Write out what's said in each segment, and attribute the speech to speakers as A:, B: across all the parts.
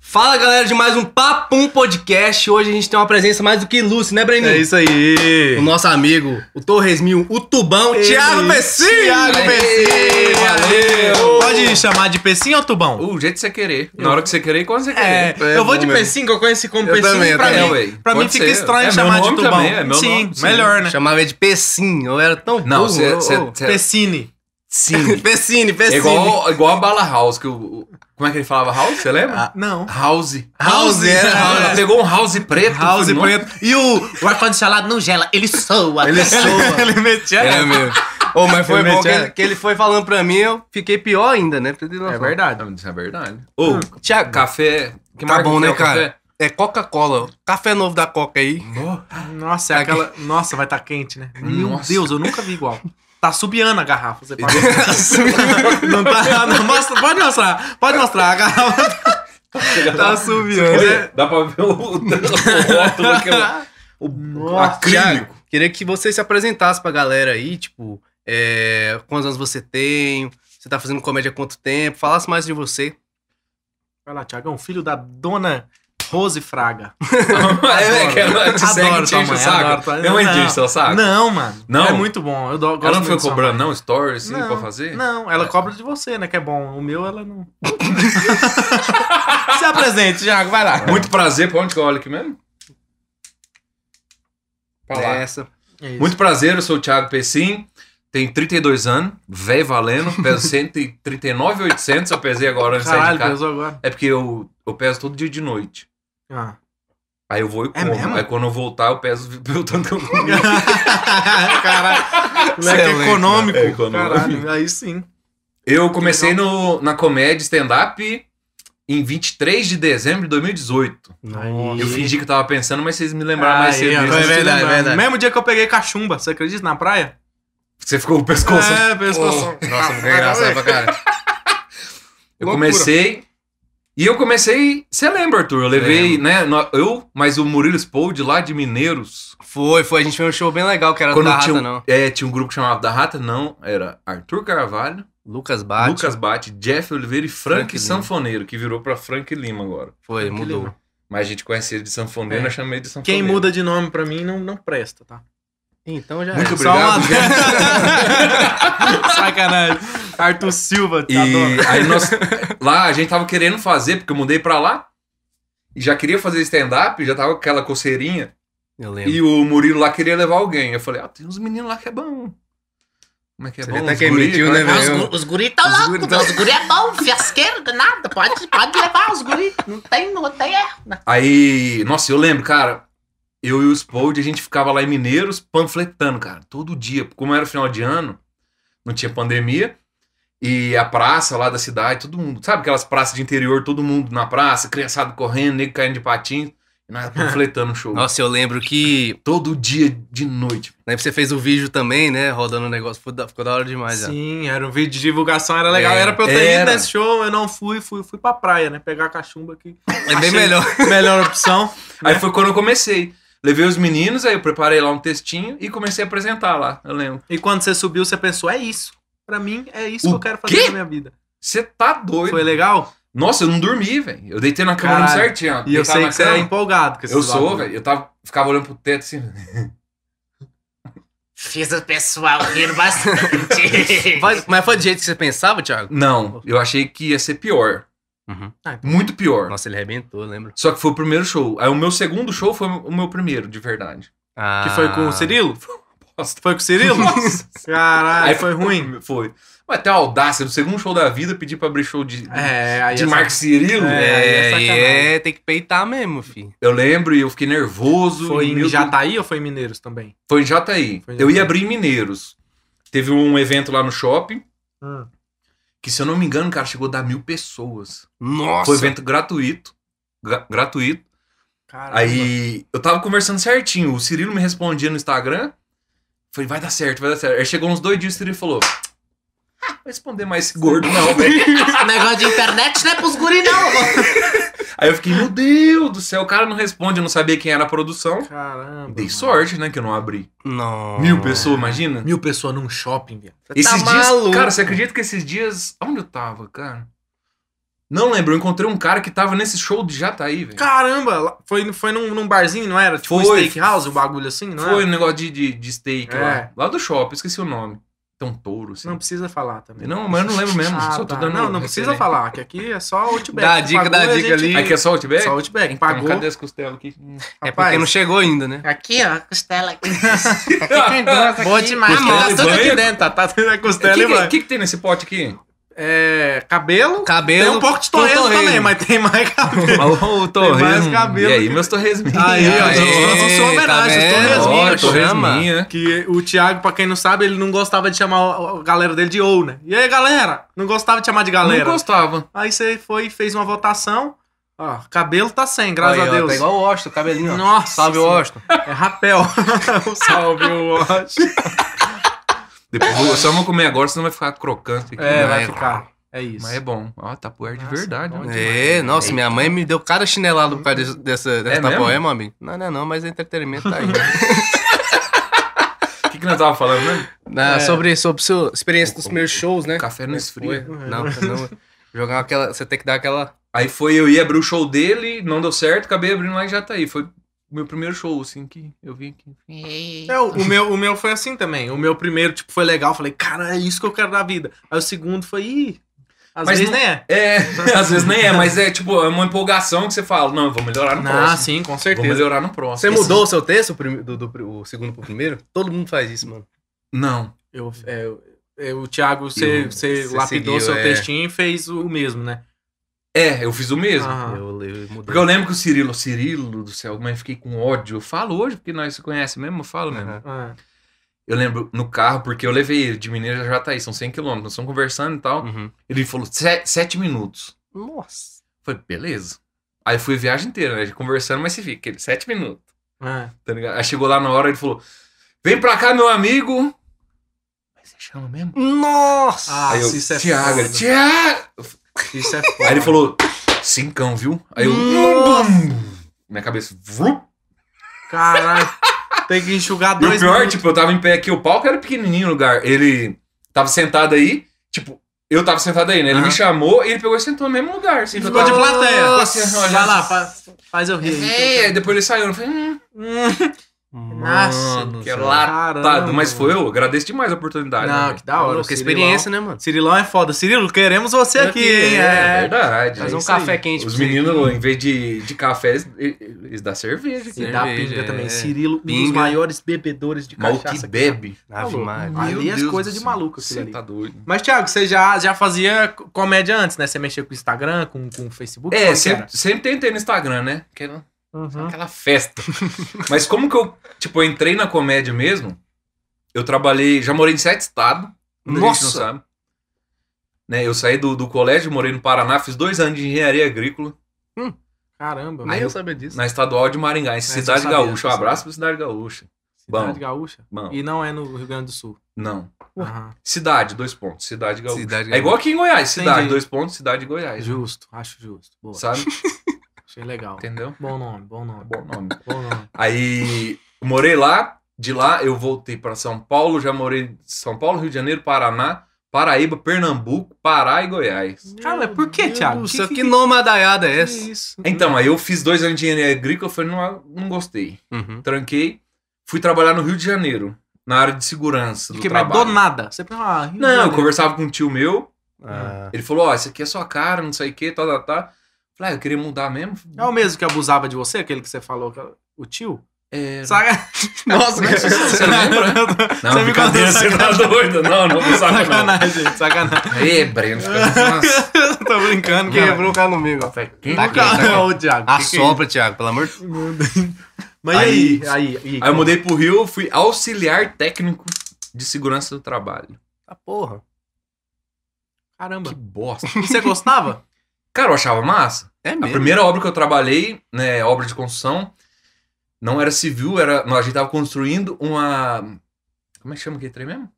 A: Fala galera de mais um Papum Podcast. Hoje a gente tem uma presença mais do que ilustre, né, Breninho?
B: É isso
A: O
B: aí.
A: nosso amigo, o Torresmil, o Tubão,
B: Ele.
A: Thiago Pessim!
B: Thiago
A: Aê,
B: Pessim,
A: valeu!
B: Pode chamar de Pessim ou Tubão?
C: O jeito que você querer. Na hora que você querer e quando você
B: É,
C: querer.
A: É
B: eu vou
A: bom
B: de
A: mesmo.
B: Pessim, que eu conheço como
A: Eu
B: Pessim.
A: também,
B: pra
A: eu
B: mim,
C: também.
B: pra mim
C: Pode
B: fica
C: ser.
B: estranho
C: É
B: chamar
C: meu
B: de
C: nome
B: Tubão.
C: também, é meu
B: sim,
C: nome, sim.
B: melhor, né?
A: Chamava ele de Pessim, eu era tão
C: Não,
A: burro,
C: você.
A: ô, ô.
B: Pessini.
C: Sim.
A: Pessine,
C: É
A: Pessine.
C: igual, igual a Bala House. Que o, o- como é que ele falava House? Você lembra?
B: Não.
C: House.
A: House, era
C: Ah,
A: House.
C: Pegou um House preto.
B: é, House
C: não?
B: preto. E o, o ar-condicionado não gela, ele soa.
A: Ele soa.
B: ele metia.
A: É mesmo. Ô, mas foi bom
B: Realmente
A: que
B: é.
A: ele, que ele foi falando pra mim, eu fiquei pior ainda, né? Porque ele não
C: É
A: falou.
C: verdade. Isso é verdade.
A: Ô,
C: Tiago, café. Que
A: tá
C: marca
A: bom,
C: que é
A: né,
C: o
A: cara?
C: café?
A: É Coca-Cola. Café novo da Coca aí.
B: Nossa, é aquela. Nossa, vai estar tá quente, né? Meu
C: Nossa.
B: Deus, eu nunca vi igual. Tá subiando a garrafa. Você pode... não tá. Não, mostra, pode mostrar. Pode mostrar. A garrafa tá subiando.
A: né?
C: Olha, Dá pra ver o, o rótulo que é o, o
B: Nossa.
C: acrílico.
A: Queria que você se apresentasse pra galera aí, tipo, é, quantos anos você tem, você tá fazendo comédia há quanto tempo, falasse mais de você.
B: Vai lá, Tiagão, filho da dona Rose Fraga.
C: É, que ela te segue e
B: Adoro
C: te
B: tua
C: enche o
B: mãe, adoro
C: saco.
B: tua-
C: Minha mãe
B: Não.
C: te enche o saco.
B: Não, mano.
C: Tá. Não?
B: É muito bom. Eu do- gosto
C: Ela não foi
B: muito de
C: cobrando,
B: sua
C: não? Story, assim,
B: mãe.
C: pra fazer?
B: Não, ela cobra de você, né? Que é bom. O meu, ela não. Se apresente, Thiago, vai lá.
C: Muito prazer, pra onde que eu olho aqui mesmo? Pra lá.
A: Essa.
B: É isso.
C: Muito prazer, eu sou o Thiago Pessim, tenho 32 anos, velho valendo, peso 139,800, eu pesei agora antes de sair de
B: Caralho,
C: casa.
B: pesou agora.
C: É porque eu, eu peso todo dia de noite.
B: Ah.
C: Aí eu vou e como.
B: É mesmo?
C: Aí quando eu voltar, eu peso pelo tanto que eu comi.
B: Caralho, moleque
C: Excelente,
B: econômico.
C: né? É econômico.
B: Caralho, aí sim.
C: Eu comecei no, na comédia stand-up em 23 de dezembro de 2018.
B: Aí.
C: Eu fingi que eu tava pensando, mas vocês me lembraram mais
B: Aí,
C: cedo.
B: ó,
C: mesmo.
B: tô
A: é
B: te
A: verdade,
B: lembrando.
A: verdade.
B: Mesmo dia que eu peguei cachumba, você acredita? Na praia?
C: Você ficou com o pescoço. assim,
B: É, pescoço.
A: Oh, nossa, foi engraçado pra caralho.
C: né, Eu
B: Loucura.
C: comecei. E eu comecei. Você lembra, Arthur? Eu levei, né? no- Eu, mas o Murilo Spold lá de Mineiros.
A: Foi, foi. A gente fez um show bem legal, que era
C: Quando
A: da rata,
C: tinha, um-
A: não.
C: É, tinha um grupo que chamava Da Rata, não. Era Arthur Carvalho,
A: Lucas Bate.
C: Lucas Bate, Jeff Oliveira e Frank,
A: Frank Lima.
C: Sanfoneiro, que virou pra Frank Lima agora.
A: Foi, mudou.
C: Mas a gente conhecia ele de Sanfoneiro,
B: É.
C: eu chamei de
B: Quem
C: Sanfoneiro.
B: muda de nome pra mim não, não presta, tá?
A: Então já
C: Muito
A: era.
B: Só uma
C: obrigado.
B: Sacanagem. Arthur Silva, te
C: E
B: adoro.
C: aí nós. Lá a gente tava querendo fazer, porque eu mudei pra lá. E já queria fazer stand-up, já tava com aquela coceirinha.
A: Eu lembro.
C: E o Murilo lá queria levar alguém. Eu falei, ah, tem uns meninos lá que é bom. Como é que é
A: Você
C: bom?
A: até
C: Os
A: que
C: guri,
A: mentiu,
C: como é
A: né,
C: que é?
A: velho?
D: Os, gu- os guri tão
A: Os
D: loucos,
A: guri
D: guri
A: tão-
D: os guri é bom, fiasqueiro, danado, pode, pode levar os guri, não tem, não tem erro. né?
C: Aí, nossa, eu lembro, cara. Eu e o Spold, a gente ficava lá em Mineiros panfletando, cara, todo dia. Como era final de ano, não tinha pandemia. E a praça lá da cidade, todo mundo. Sabe aquelas praças de interior, todo mundo na praça, criançada correndo, nego caindo de patins. E nós panfletando o show.
A: Nossa, eu lembro que.
C: Todo dia de noite.
A: Né, você fez o vídeo também, né? Rodando o negócio. Ficou da, ficou da hora demais, já.
B: Sim, era um vídeo de divulgação, era legal. Era pra eu ter
C: é. Era.
B: ido nesse show, eu não fui, fui, fui pra praia, né? Pegar a cachumba aqui.
A: É bem
B: Achei
A: melhor.
B: Melhor opção.
C: Aí foi quando eu comecei. Levei os meninos, aí eu preparei lá um textinho e comecei a apresentar lá, eu lembro.
B: E quando você subiu, você pensou, é isso. Pra mim, é isso
C: O
B: que eu quero fazer
C: quê?
B: na minha vida.
C: Você tá doido.
B: Foi legal?
C: Nossa, eu não dormi, velho. Eu deitei na cama
B: Caralho.
C: certinho. ó.
B: E eu
C: Deitava
B: sei
C: na
B: que você
C: cama.
B: é empolgado com esse
C: Eu sou, velho. Eu tava, ficava olhando pro teto assim.
D: Fiz o pessoal rir bastante.
A: Mas, mas foi do jeito que você pensava, Thiago?
C: Não, eu achei que ia ser pior.
A: Uhum.
C: Muito pior.
A: Nossa, ele arrebentou, eu lembro.
C: Só que foi o primeiro show. Aí o meu segundo show foi o meu primeiro, de verdade.
A: Ah.
B: Que foi com o Cirilo?
C: Bosta.
B: Foi com o Cirilo? Caralho, foi ruim.
C: Foi. Mas até a audácia do segundo show da vida pedir pra abrir show de,
B: É, aí
C: de
B: essa-
C: Marco Cirilo.
B: É, aí é
A: É, e
B: sacanagem.
A: é, tem que peitar mesmo, fi.
C: Eu lembro e eu fiquei nervoso.
B: Foi
C: e
B: em
C: meu Deus-
B: Jataí ou foi em Mineiros também?
C: Foi em Jataí.
B: Foi em
C: eu
B: Jataí.
C: ia abrir em Mineiros. Teve um evento lá no shopping, que se eu não me engano, cara, chegou a dar mil pessoas.
A: Nossa.
C: Foi um evento gratuito. gra- gratuito.
B: Caralho.
C: Aí eu tava conversando certinho. O Cirilo me respondia no Instagram. Falei, vai dar certo, vai dar certo. Aí chegou uns dois dias o Cirilo falou: "Ah, Não vai responder mais esse gordo, não, velho.
D: Negócio de internet não é pros guri, não.
C: Aí eu fiquei, meu Deus do céu, o cara não responde, eu não sabia quem era a produção.
B: Caramba. Ah.
C: Dei sorte, né, que eu não abri.
A: Não.
C: Mil pessoas, imagina.
B: Mil pessoas num shopping, viado.
C: Esses
A: tá
C: dias,
A: maluco.
C: cara, você acredita que esses dias. Onde eu tava, cara? Não lembro, eu encontrei um cara que tava nesse show de Jataí, velho.
B: Caramba, lá- foi, foi num, num barzinho, não era? Tipo
C: Foi.
B: um steakhouse, um bagulho assim, não
C: Foi
B: era?
C: um negócio de, de, de steak
B: É.
C: lá. Lá do shopping, esqueci o nome. Tem um touro, assim.
B: Não precisa falar também.
C: Não, mas eu não lembro mesmo.
B: Ah,
C: só tô
B: tá.
C: dando.
B: Não, não precisa
C: referência.
B: falar, que aqui é só Outback.
A: Dá a dica,
B: Pagou,
A: dá a
B: a
A: dica
B: gente-
A: ali.
C: Aqui é só Outback?
B: Só Outback,
C: Então,
B: pagou.
C: cadê as costelas aqui?
A: É porque não chegou ainda, né?
D: Aqui, ó, costela aqui. aqui tem
C: é
D: duas aqui.
B: Boa demais.
A: Costela
B: Amassa
C: e
B: tudo aqui
C: banha?
B: dentro, tá? Tá tudo na
C: O
B: costela,
C: que,
B: hein,
C: que,
B: mano?
C: que que tem nesse pote aqui?
B: É, cabelo.
A: Cabelo.
B: Tem um pouco de torresmo
A: com
B: também, mas tem mais cabelo.
C: o
B: torresmo.
C: E aí, meus torresminhos.
B: Aí, é. ó,
C: Aê,
B: gente, nós vamos ser uma homenagem,
A: tá
B: os
A: vendo?
B: torresminhos,
A: Ó,
C: Ó,
B: pô.
A: torresminho.
C: torresminha.
B: Que o Thiago, pra quem não sabe, ele não gostava de chamar a- a galera dele de ou, né? E aí, galera? Não gostava de chamar de galera.
C: Não gostava.
B: Aí você foi e fez uma votação. Ó, cabelo tá sem, graças
A: Aí,
B: a
A: ó,
B: Deus.
A: Tá igual o Washington, o cabelinho, ó.
B: Nossa.
A: Salve, Washington.
B: É rapel. Um
C: Salve, eu acho. Depois, eu só vou comer agora, senão vai ficar crocante aqui. né?
B: é,
A: Não,
B: vai
A: é-
B: ficar. É isso.
C: Mas é bom. Ó, tapoeira de
B: Nossa,
C: verdade.
B: bom
C: ó.
B: demais.
A: É, nossa, minha mãe me deu cada chinelado por causa desse- dessa, dessa
C: É mesmo?
A: tapoé, meu amigo. Não, é não, não, mas entretenimento tá aí.
C: O que, que nós tava falando né? mesmo?
A: Na- Ah, Sobre, sobre sua experiência dos primeiros shows, né?
C: Café não esfria.
A: Foi. Não, não. Jogar aquela. Você tem que dar aquela.
C: Aí foi, eu ia abrir o show dele, não deu certo, acabei abrindo lá e já tá aí. Foi meu primeiro show, assim, que eu vim aqui.
D: Ih,
B: É, o, o meu, o meu foi assim também. O meu primeiro, tipo, foi legal. Falei, cara, é isso que eu quero da vida. Aí o segundo foi, ih, às
C: Mas
B: vezes
C: não-
B: nem é.
C: É, às vezes nem é, mas é tipo, é uma empolgação que você fala, não, eu vou melhorar no
B: Ah,
C: próximo.
B: sim, com
C: vou
B: certeza.
C: melhorar no próximo.
A: Você mudou o seu texto o prime- do, do, o segundo pro primeiro? Todo mundo faz isso, mano.
C: Não.
B: Eu, é, eu- eu- o Thiago, você,
C: Eu-
B: você
A: você
B: lapidou
A: seguiu,
B: seu
A: é.
B: textinho e fez o mesmo, né?
C: É, eu fiz o mesmo.
B: Aham.
A: Eu, eu mudei.
C: Porque eu lembro que o Cirilo, Cirilo do céu, mas eu fiquei com ódio. Eu falo hoje, porque nós se conhece mesmo, eu falo mesmo.
A: Aham.
B: Ah,
C: Eu lembro no carro, porque eu levei ele de Mineira já tá aí, são 100 km, nós estamos conversando e tal.
A: Uhum.
C: Ele falou, "Se- sete minutos.
A: Nossa.
C: Falei, beleza. Aí fui a viagem inteira, né? Conversando, mas se fica, aquele sete minutos.
B: ah.
C: Tá ligado? Aí chegou lá na hora, ele falou: Vem pra cá, meu amigo. Mas você chama mesmo?
A: Nossa!
B: Ah,
C: aí eu,
B: isso é
C: Tiago,
B: foda.
C: Tiago!
B: Isso é foda.
C: Aí ele falou: Cincão, viu? Aí eu.
A: Nossa!
C: Minha cabeça. Vrup.
B: Caralho, tem que enxugar
C: E o
B: dois
C: pior,
B: minutos.
C: tipo, eu tava em pé aqui, o palco era pequenininho o lugar. Ele tava sentado aí, tipo, eu tava sentado aí, né? Ele
B: Aham.
C: me chamou e ele pegou e sentou no mesmo lugar. Assim, que eu
B: Ficou de
C: tava-
B: plateia. assim,
C: Nossa,
B: Vai lá, fa- faz eu rir.
C: É, aí depois ele saiu. Eu falei, hum,
B: Hum,
A: Nossa,
C: que
A: céu.
C: lá- tá,
B: caramba.
C: mas foi eu. Agradeço demais a oportunidade. né,
B: Não,
C: velho?
B: que da hora.
A: Louco,
B: o
A: que experiência, né, mano?
B: Cirilão. Cirilão é foda. Cirilo, queremos você aqui, hein?
C: É
B: É.
C: verdade.
A: Fazer
C: é
A: um
C: isso aí.
A: café quente pra
C: Os
A: você.
C: meninos, em vez de, de café, eles, eles dão cerveja.
B: E
A: Cerveja,
B: da pinga também.
A: é.
B: Cirilo, um dos
A: Pinga.
B: maiores bebedores de
C: Mal
B: cachaça.
C: que
B: aqui.
C: bebe.
A: Ave
B: Alô.
A: Maria.
B: Ali
C: Meu
B: é
C: Deus
B: coisa
C: do
B: de
C: céu.
B: maluco aquilo
C: Você
B: ali.
C: tá doido.
B: Mas, Thiago, você já, já fazia co- comédia antes, né? Você mexia com o Instagram, com, com o Facebook?
C: É,
B: como que era?
C: sempre, sempre tentei no Instagram, né? Aquela,
B: Uhum.
C: aquela festa. Mas como que eu, tipo, eu entrei na comédia mesmo? Eu trabalhei, já morei em sete estados. muita gente não
A: Nossa.
C: sabe. Né, eu saí do, do colégio, morei no Paraná, fiz dois anos de engenharia agrícola
B: Caramba,
A: Nem
B: mano.
A: eu sabia disso.
C: na estadual de Maringá, em Cidade
B: sabia,
C: Gaúcha. Um
B: eu sabia.
C: abraço pra Cidade Gaúcha.
B: Cidade
C: Bom.
B: gaúcha.
C: Bom,
B: E não é no Rio Grande do Sul.
C: não.
B: Aham.
C: Cidade, dois pontos. Cidade Gaúcha.
A: Cidade
C: É igual aqui em Goiás, cidade,
B: Entendi.
C: dois pontos, cidade de Goiás.
B: Justo, acho justo. Boa.
C: Sabe?
B: Achei legal.
C: Entendeu?
B: Bom nome, bom nome.
C: Bom nome.
B: Bom nome.
C: Aí morei lá, de lá eu voltei pra São Paulo, já morei em São Paulo, Rio de Janeiro, Paraná, Paraíba, Pernambuco, Pará e Goiás.
B: Cara, mas por que,
A: Meu
B: Thiago?
A: Deus
B: Que-
A: do céu,
B: que-
A: que nomadaiada é essa?
B: isso?
C: Então, aí eu fiz dois anos de engenharia agrícola, eu falei, não, não gostei.
A: Uhum.
C: Tranquei, fui trabalhar no Rio de Janeiro, na área de segurança do
B: que mas do
C: trabalho.
B: nada. Você pensa, ah, Rio de
C: Não, eu
B: Janeiro.
C: conversava com um tio meu,
A: Ah.
C: ele falou, ó, isso aqui é sua cara, não sei o que, tá, tá, tá. Falei, ah, eu queria mudar mesmo.
B: É o mesmo que abusava de você, aquele que você falou, que era o tio?
C: É,
B: Saca?
A: Nossa,
B: é
C: Você
B: né?
C: lembra? Não,
B: Você me
C: brincadeira,
B: contou
C: você tá doido. Não, não, não sabe não.
B: Sacanagem, sacanagem.
C: Ê, Breno, fica... Nossa.
B: Tô brincando, que
C: é
A: quebrou o cara no meio, ó.
C: Café quente.
A: Tá
C: Aí
A: aqui, tá aqui.
B: Não, ô, Thiago. que que é
A: Assopra, Thiago, pelo amor de Deus.
B: isso? Mas aí,
C: Aí-
B: aí, aí.
C: eu mudei pro Rio, fui auxiliar técnico de segurança do trabalho.
A: Ah, porra.
B: Caramba.
C: Que bosta.
B: E você gostava?
C: Cara, eu achava massa.
A: É
C: A
A: mesmo.
C: primeira obra que eu trabalhei, né, obra de construção, não era civil, era, não, a gente tava construindo uma... Como é que chama aquele trem mesmo?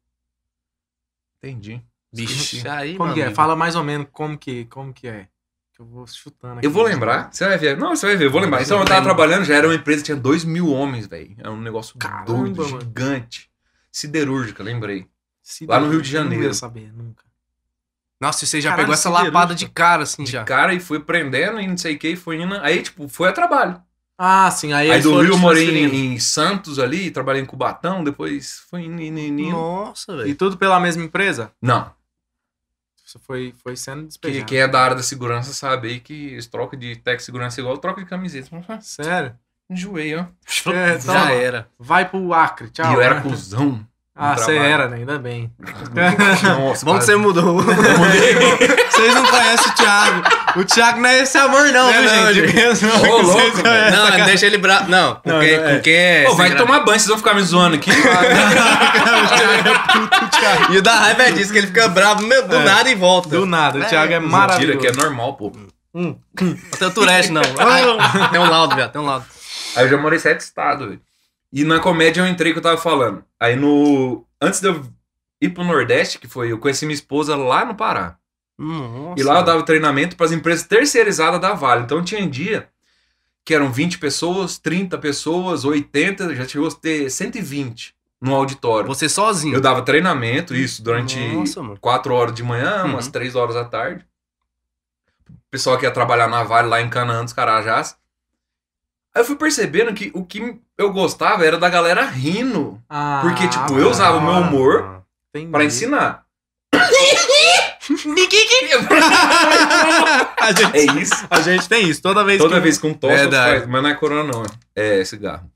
C: Entendi.
A: Bicho,
C: Esqueci.
A: aí,
B: Como
A: mano.
B: que é? Fala mais ou menos como que, como que é. Eu vou chutando aqui.
C: Eu vou lembrar. Você vai ver. Não, você vai ver. Eu vou lembrar. Então, eu tava trabalhando, já era uma empresa, tinha dois mil homens, velho. Era um negócio
B: Caramba,
C: doido,
B: mano.
C: gigante. Siderúrgica, lembrei.
B: Se
C: Lá no
B: der,
C: Rio de
B: eu Não
C: Janeiro.
B: ia saber, nunca.
A: Nossa, você já
B: Caralho,
A: pegou essa
B: siderúrgica.
A: lapada de cara, assim,
C: De
A: já.
C: cara e fui prendendo e não sei o que, e foi indo. Aí, tipo, foi a trabalho.
B: Ah, sim. Aí,
C: Aí
B: eles
C: do
B: foram
C: Rio eu
B: te
C: morei
B: transferindo.
C: em, em Santos ali, trabalhei em Cubatão, depois fui indo, indo, indo, indo.
A: Nossa,
B: E
A: velho.
B: tudo pela mesma empresa?
C: Não.
B: Você foi, foi sendo
C: Que,
B: despejado.
C: quem é da área da segurança sabe aí que eles troca de tech segurança igual troca de camiseta.
B: Sério?
C: Enjoei, ó.
B: É, então,
A: já era.
B: Vai pro Acre, tchau.
C: e eu era
B: né?
C: cuzão.
B: Ah,
C: no
B: você
C: trabalho.
B: era, né? Ainda bem.
C: Nossa,
A: Bom que você
C: cara.
A: mudou.
B: Vocês não conhecem o Thiago. O Thiago não é esse amor, não,
A: Não é
B: viu,
A: não,
B: gente?
C: Ô,
B: Vocês
C: louco,
B: não-
C: velho.
A: Não, deixa ele bravo. Não, com
B: Não,
A: quem,
B: não é.
A: com quem é.
C: Ô, vai
A: sem
C: tomar banho, vocês vão ficar me zoando aqui.
B: O Thiago é puto, o Thiago.
A: graça. E o da raiva é disso, que ele fica bravo meu, do
B: É.
A: nada e volta.
B: Do nada, o Thiago é
C: Mentira,
B: maravilhoso.
C: que é normal, pô.
A: Não tem o Tourette, não. Ai, tem um laudo, velho, tem um laudo.
C: Aí eu já morei em sete estados, velho. E na comédia eu entrei que eu tava falando. Aí no. Antes de eu ir pro Nordeste, que foi, eu conheci minha esposa lá no Pará.
A: Nossa.
C: E lá eu dava treinamento pras empresas terceirizadas da Vale. Então tinha dia que eram 20 pessoas, 30 pessoas, 80, já chegou a ter 120 no auditório.
A: Você sozinho.
C: Eu dava treinamento, isso, durante
A: Nossa, mano.
C: 4 horas de manhã, umas
A: Uhum.
C: 3 horas da tarde. O pessoal que ia trabalhar na Vale lá em Canaã dos Carajás. Aí eu fui percebendo que o que eu gostava era da galera rindo
B: Ah,
C: Porque, tipo,
B: mano.
C: eu usava o meu humor
B: Entendi.
C: pra ensinar.
D: Ninguém queria.
B: a, gente,
C: É isso.
B: a gente tem É isso. Toda vez
C: Toda
B: que.
C: vez com tosse, eu
A: Verdade.
C: faz, mas não é corona, não. É cigarro.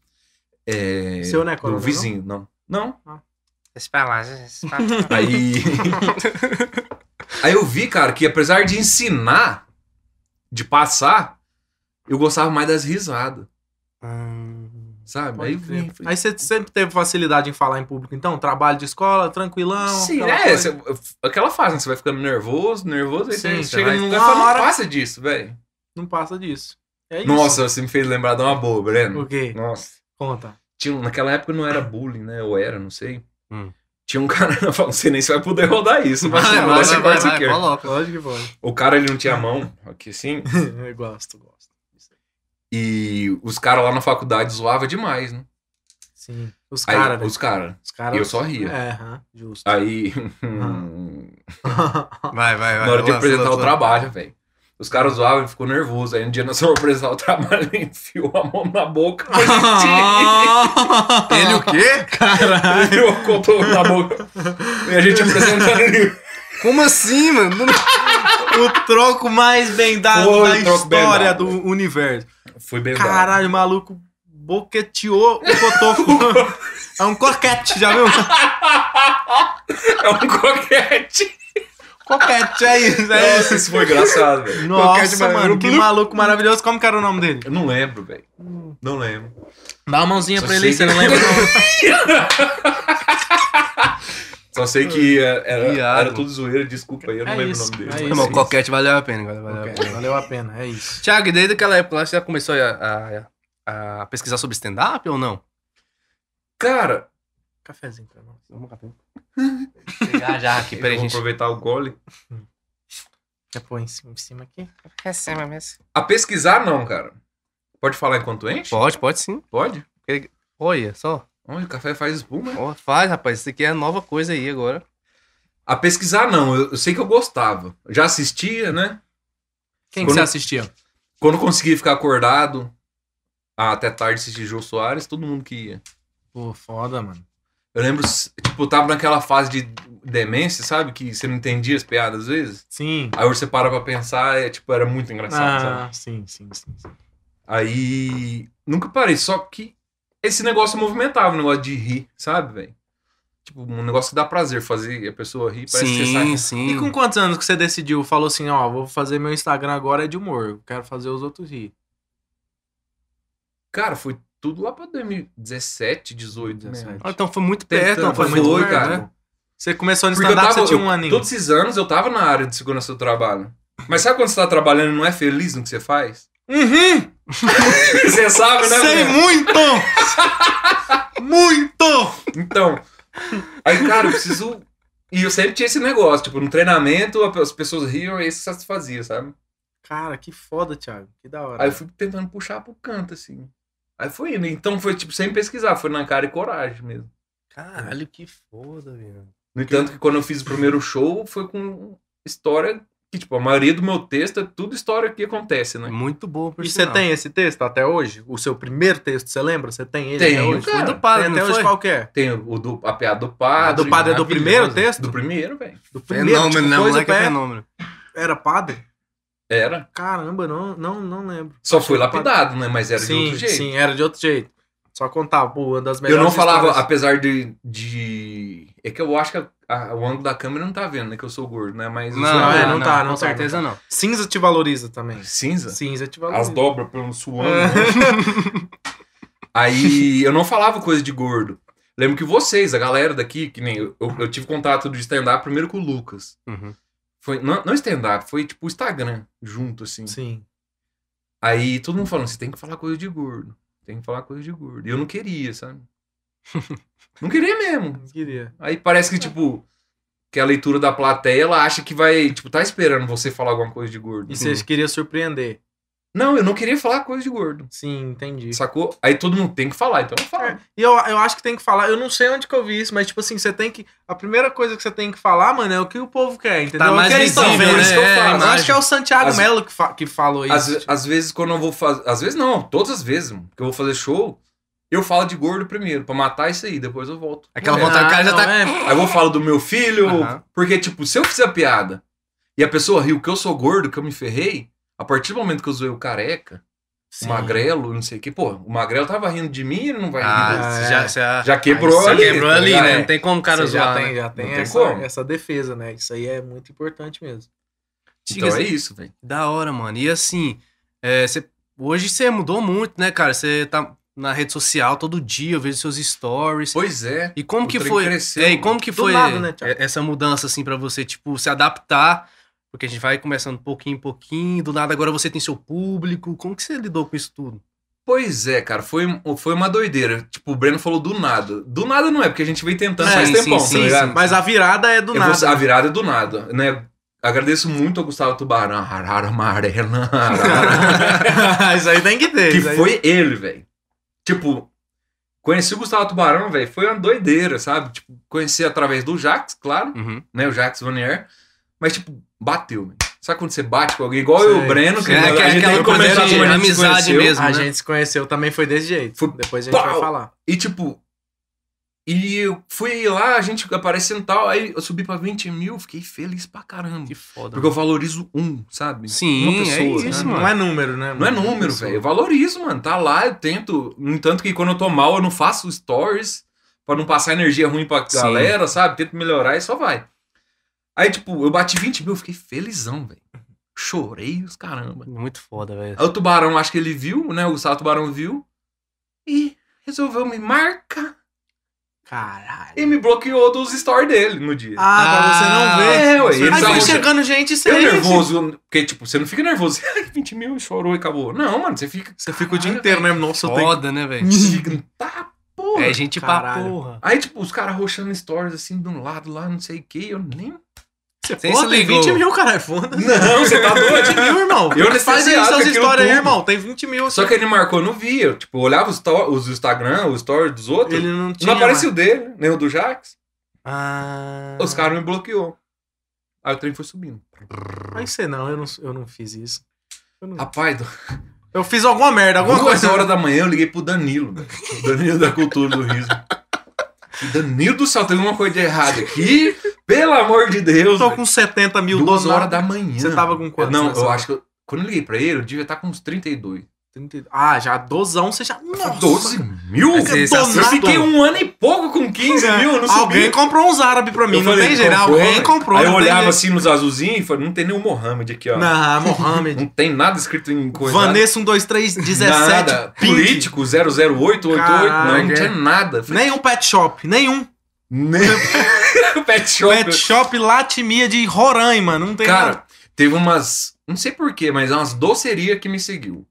C: É.
B: Seu não é
C: do
B: corona,
C: vizinho, não. Não.
A: Esse pra lá,
C: Aí. Aí eu vi, cara, que apesar de ensinar, de passar, eu gostava mais das risadas, sabe? Aí,
B: Pode crer.
C: eu
B: Aí,
C: vi, falei,
B: você sempre teve facilidade em falar em público, então? Trabalho de escola, tranquilão.
C: Sim,
B: aquela
C: é,
B: coisa.
C: cê, aquela fase, né? Você vai ficando nervoso, nervoso, aí
B: Sim,
C: você
B: você
C: chega
B: vai-
C: num lugar e
B: uma
C: fala,
B: hora-
C: não passa disso, velho.
B: Não passa disso. É isso.
C: Nossa, você me fez lembrar de uma boa, Breno.
B: O quê?
C: Nossa.
B: Conta.
C: Tinha, um- naquela época não era bullying, né? Ou era, não sei.
A: Hum.
C: Tinha um cara, eu falo, não sei nem se vai poder rodar isso, mas
A: Vai,
C: se
A: vai,
C: puder,
A: vai,
C: você
A: vai,
C: corta isso
A: vai,
C: aqui.
A: coloca.
B: Lógico que pode.
C: O cara, ele não tinha mão, aqui assim,
B: Eu gosto, gosto.
C: e os caras lá na faculdade zoavam demais, né?
B: Sim. Os
C: Aí,
B: caras, velho.
C: os caras.
B: Os caras.
C: eu só ria.
B: É, aham, justo.
C: Aí, hum, Ah.
A: Vai, vai, vai.
C: na hora de
A: lança,
C: apresentar
A: lança,
C: o trabalho, velho. Os caras zoavam e ficou nervoso. Aí um dia nós fomos apresentar o trabalho, ele enfiou a mão na boca.
A: Ele o quê?
B: Ah, Caralho.
C: enfiou o cotovelo na boca. E a gente apresentando ele.
A: Como assim, mano?
B: O troco mais bem dado
C: Foi
B: da
C: o troco bem
B: história
C: dado.
B: do universo.
C: Foi bem bravo.
B: Caralho, o maluco boqueteou o cotoco. é um coquete, já viu?
C: É um coquete.
B: Coquete, é isso, é isso.
C: Nossa, isso foi engraçado, velho.
A: Coquete
B: Nossa,
A: maluco.
B: mano, que maluco maravilhoso. Como que era o nome dele?
C: Eu não lembro, velho. Não lembro.
B: Dá uma mãozinha
C: Só
B: pra ele
C: sei
B: aí, você
C: que- é
B: não lembra? não?
C: Só sei que é, era,
A: Hum. Viado.
C: era tudo zoeira, desculpa aí, eu não
B: É
C: lembro
B: isso,
C: o nome
B: é
C: dele.
B: isso.
A: Irmão, coquete valeu a pena, galera. Valeu a
B: Coquete,
A: pena.
B: Valeu a pena, é isso.
A: Tiago, e desde aquela época lá, você já começou a, a- a pesquisar sobre stand-up ou não?
C: Cara,
B: Cafezinho pra nós.
A: Vamos café. Pegar já aqui,
C: eu
A: peraí,
C: vou
A: gente.
C: aproveitar o gole.
B: Já põe em cima, em É cima aqui.
C: A pesquisar, não, cara. Pode falar enquanto enche?
A: Pode, pode sim.
C: Pode.
A: Olha só.
C: Olha, o café faz espuma. né?
A: Ó, faz, rapaz. Isso aqui é nova coisa aí agora.
C: A pesquisar, não. Eu, eu sei que eu gostava. Já assistia, né?
B: Quem
C: Quando-
B: que você assistia?
C: Quando eu conseguia ficar acordado ah, até tarde assistir Jô Soares, todo mundo que ia.
B: Pô, foda, mano.
C: Eu lembro, tipo, eu tava naquela fase de demência, sabe? Que você não entendia as piadas às vezes.
B: Sim.
C: Aí hoje você para pra pensar, é, tipo, era muito engraçado, sabe?
B: Ah, sim, sim, sim. sim.
C: Aí nunca parei, só que esse negócio movimentava, o negócio de rir, sabe, velho? Tipo, um negócio que dá prazer fazer a pessoa rir, parece que você sai.
A: sim.
B: E com quantos anos que você decidiu? Falou assim, ó, vou fazer meu Instagram agora é de humor. eu Quero fazer os outros rir.
C: Cara, foi tudo lá pra 2017, 18,
B: 17.
C: 17.
A: Ah, então foi muito
C: Tentando,
A: perto, não, foi
B: foi
A: muito
B: muito
A: perto,
B: cara.
A: né?
B: Você começou no
C: Porque eu
B: stand-up,
C: tava,
B: você tinha
C: eu-
B: um aninho.
C: todos esses anos eu tava na área de segurança do trabalho. Mas sabe quando você tá trabalhando e não é feliz no que você faz?
B: Uhum!
C: Você sabe, né?
B: Sei
C: velho?
B: muito! muito!
C: Então, aí, cara, eu preciso. E eu sempre tinha esse negócio, tipo, no treinamento a- as pessoas riam e isso satisfazia, sabe?
B: Cara, que foda, Thiago. Que da hora.
C: Aí eu fui tentando puxar pro canto, assim. Aí foi indo. Então foi, tipo, sem pesquisar, foi na cara e coragem mesmo.
A: Caralho, que foda, velho.
C: No entanto, que quando eu fiz o primeiro show, foi com história que, tipo, a maioria do meu texto é tudo história que acontece, né?
A: Muito boa, por
B: E você
A: sinal.
B: tem esse texto até hoje? O seu primeiro texto, você lembra? Você tem ele
C: Tenho,
B: até hoje?
C: cara.
B: Foi do padre,
A: Tem,
B: até
A: não
B: hoje é?
A: foi?
B: qualquer.
C: Tem o do, a piada do padre.
B: A do padre é do
C: maravilhosa.
B: primeiro texto?
C: Do primeiro, velho.
B: Do primeiro,
A: Fenômeno,
B: tipo,
A: né?
B: coisa
A: Moleque é
B: pé-
A: fenômeno.
B: Era padre?
C: Era.
B: Caramba, não, não, não lembro.
C: Só foi lapidado, né? Mas era
B: sim,
C: de outro jeito.
B: sim, era de outro jeito. Só contava, pô, uma das
C: Eu
B: melhores
C: não falava,
B: histórias.
C: apesar de, de. É que eu acho que a- a- o ângulo da câmera não tá vendo, né? Que eu sou gordo, né? Mas eu
A: Não,
C: sou
B: não,
A: é,
B: não
A: não,
B: tá, não
A: tá,
B: tá,
A: com certeza não.
B: Cinza te valoriza também.
C: cinza.
B: Cinza te
C: As
B: valoriza.
C: dobras pelo suando.
B: É.
C: né? Aí eu não falava coisa de gordo. Lembro que vocês, a galera daqui, que nem eu, eu- eu tive contato de stand-up primeiro com o Lucas.
A: Uhum.
C: Foi, não não stand-up, foi tipo Instagram, junto, assim.
B: Sim.
C: Aí todo mundo falando, você tem que falar coisa de gordo. Tem que falar coisa de gordo. E eu não queria, sabe? não queria mesmo.
B: Não queria.
C: Aí parece que, tipo, que a leitura da plateia, ela acha que vai, tipo, tá esperando você falar alguma coisa de gordo.
B: E vocês queriam surpreender.
C: Não, eu não queria falar coisa de gordo.
B: Sim, entendi.
C: Sacou? Aí todo mundo tem que falar, então eu falo.
B: É, E eu, eu acho que tem que falar, eu não sei onde que eu vi isso, mas tipo assim, você tem que. A primeira coisa que você tem que falar, mano, é o que o povo quer, entendeu?
A: Tá
B: Eu
A: mais
B: quero
C: visível,
B: isso, velho.
C: né?
B: Isso que eu
C: É,
B: falo.
C: a
B: Eu acho
C: imagem.
B: que é o Santiago
C: Às-
B: Melo que, fa- que falou É, isso. tipo.
C: Às, ve- às vezes, quando eu vou fazer. Às vezes não, todas as vezes, mano, que eu vou fazer show, eu falo de gordo primeiro, pra matar isso aí, depois eu volto.
A: Aquela
C: Mulher.
A: vontade, o cara já
B: não,
A: tá.
B: é.
C: Aí eu vou falar do meu filho,
A: Aham.
C: porque, tipo, se eu fizer a piada e a pessoa riu que eu sou gordo, que eu me ferrei, a partir do momento que eu zoei o careca,
B: Sim.
C: o magrelo, não sei o que, pô, o magrelo tava rindo de mim, ele não vai rir.
A: Ah,
B: é.
A: já, já,
C: Já quebrou
A: já
C: ali.
A: quebrou
C: tá
A: ali,
C: ligado?
A: né? Não tem como o cara
B: Você já
A: zoar,
B: tem,
A: né?
B: já tem,
C: Não tem
B: essa,
C: como.
B: essa defesa, né? Isso aí é muito importante mesmo.
C: Então é isso, velho.
A: Da hora, mano. E assim, é, cê- hoje você mudou muito, né, cara? Você tá na rede social todo dia, eu vejo seus stories.
C: Pois é.
A: E como
C: O
A: que
C: trem
A: foi?
C: cresceu,
A: é, e como que
B: Do
A: foi
B: nada, né, Thiago?
A: é, essa mudança assim pra você, tipo, se adaptar? Porque a gente vai começando pouquinho em pouquinho, do nada agora você tem seu público. Como que você lidou com isso tudo?
C: Pois é, cara, foi, foi uma doideira. Tipo, o Breno falou do nada. Do nada não é, porque a gente vem tentando
A: Sim,
C: faz
A: sim,
C: tempão,
A: sim,
C: tá ligado?
A: sim.
B: Mas a virada é do
C: Eu vou-
B: nada.
C: a virada é do nada, né? Agradeço muito ao Gustavo Tubarão, Arara Amarela, arara-
B: isso aí tem que ter.
C: que
B: isso aí-
C: foi ele, velho. Tipo, conheci o Gustavo Tubarão, velho, foi uma doideira, sabe? Tipo, conheci através do Jax, claro,
A: Uhum.
C: né? O Jax Vanier, mas tipo, bateu, velho. Sabe quando você bate com alguém igual eu e
B: Sei.
C: o Breno, que
A: É,
C: a
A: que-
C: gente
A: aquela
C: tem
A: coisa
C: começar
A: de
C: como a gente se
A: amizade
C: conheceu.
A: mesmo.
B: A
A: né?
B: gente se conheceu também, foi desse jeito.
C: Foi-
B: Depois a gente vai
C: Pau!
B: falar.
C: E tipo, e eu fui lá, a gente aparecendo e tal, aí eu subi pra 20 mil, fiquei feliz pra caramba.
A: Que foda.
C: Porque eu valorizo um, sabe?
A: Sim,
C: uma
A: é isso,
C: né?
A: mano.
B: Não é número, né?
C: Não é
B: mano?
C: número,
B: Isso.
C: velho. Eu valorizo, mano. Tá lá, eu tento. No entanto que quando eu tô mal, eu não faço stories pra não passar energia ruim pra
A: Sim.
C: galera, sabe? Tento melhorar e só vai. Aí, tipo, eu bati 20 mil, eu fiquei felizão, velho. Chorei os caramba.
A: Muito foda, velho.
C: Aí o Tubarão, acho que ele viu, né? O Gustavo Tubarão viu. E resolveu me marcar.
B: Caralho.
C: E me bloqueou dos stories dele no dia.
B: Ah, pra você não ver.
C: é, ué. Ele
B: Aí
C: tava-
B: vem chegando gente sem.
C: Eu nervoso, porque, tipo, você não fica nervoso. Ai, 20 mil, chorou e acabou. Não, mano, você fica.
B: Você fica o dia
C: Caralho,
B: inteiro, né? Nossa, eu tenho.
A: Foda, né, velho?
C: Você fica. Tá, porra.
A: É gente
B: Caralho.
A: pra porra.
C: Aí, tipo, os caras roxando stories assim de um lado lá, não sei o que, eu nem.
B: Você
A: Sem se
B: tem
A: ligou.
B: 20 mil, é caralho. Foda-se.
C: Não, você tá
B: 20 é mil, irmão.
C: Eu nesse
B: Faz aí
C: seriado,
B: suas
C: aquilo
B: histórias aí,
C: tudo.
B: irmão. Tem 20 mil.
C: Só que ele marcou, eu não via. Eu, Tipo, eu olhava os, to- os Instagram, os stories dos outros.
B: ele não tinha.
C: não aparecia o dele, nem o do Jax.
A: Ah.
C: Os caras me bloqueou. Aí o trem foi subindo.
B: mais. Mas você não, eu não, eu não fiz isso. Eu, não-
C: Rapaz, do...
B: eu fiz alguma merda, alguma
C: duas
B: coisa.
C: horas da manhã eu liguei pro Danilo, velho. O Danilo da cultura do riso. Danilo do céu, tem alguma coisa de errado aqui? Pelo amor de
B: Eu
C: Deus.
B: tô
C: velho.
B: com 70 mil
C: duas
B: do nada.
C: horas da manhã.
B: Você tava com quantos
C: Não,
B: nessa
C: eu
B: hora?
C: acho que. eu- Quando eu liguei pra ele, eu devia estar com uns 32.
B: 32. Ah, já dozão, você já. Nossa,
C: 12 mil?
A: Mas esse
C: eu
A: assunto-
C: fiquei um ano e pouco com 15 mil, eu não subi.
B: É. Alguém comprou uns árabes pra mim, não tem jeito. Alguém comprou.
C: Aí eu
B: não tem
C: olhava
B: jeito.
C: assim nos azulzinhos e falei, não tem nenhum Mohamed aqui, ó. Não,
B: Não, Mohamed.
C: tem nada escrito em coisa.
B: Vanessa 12317.
C: Nada. Político 00888. Não,
B: Caralho.
C: não tinha nada. Falei,
B: Nenhum pet shop, nenhum.
C: Nem pet shop.
B: Pet shop Latimia de Roraima, não tem nada.
C: Cara, teve umas. Não sei porquê, mas umas doceria que me seguiu.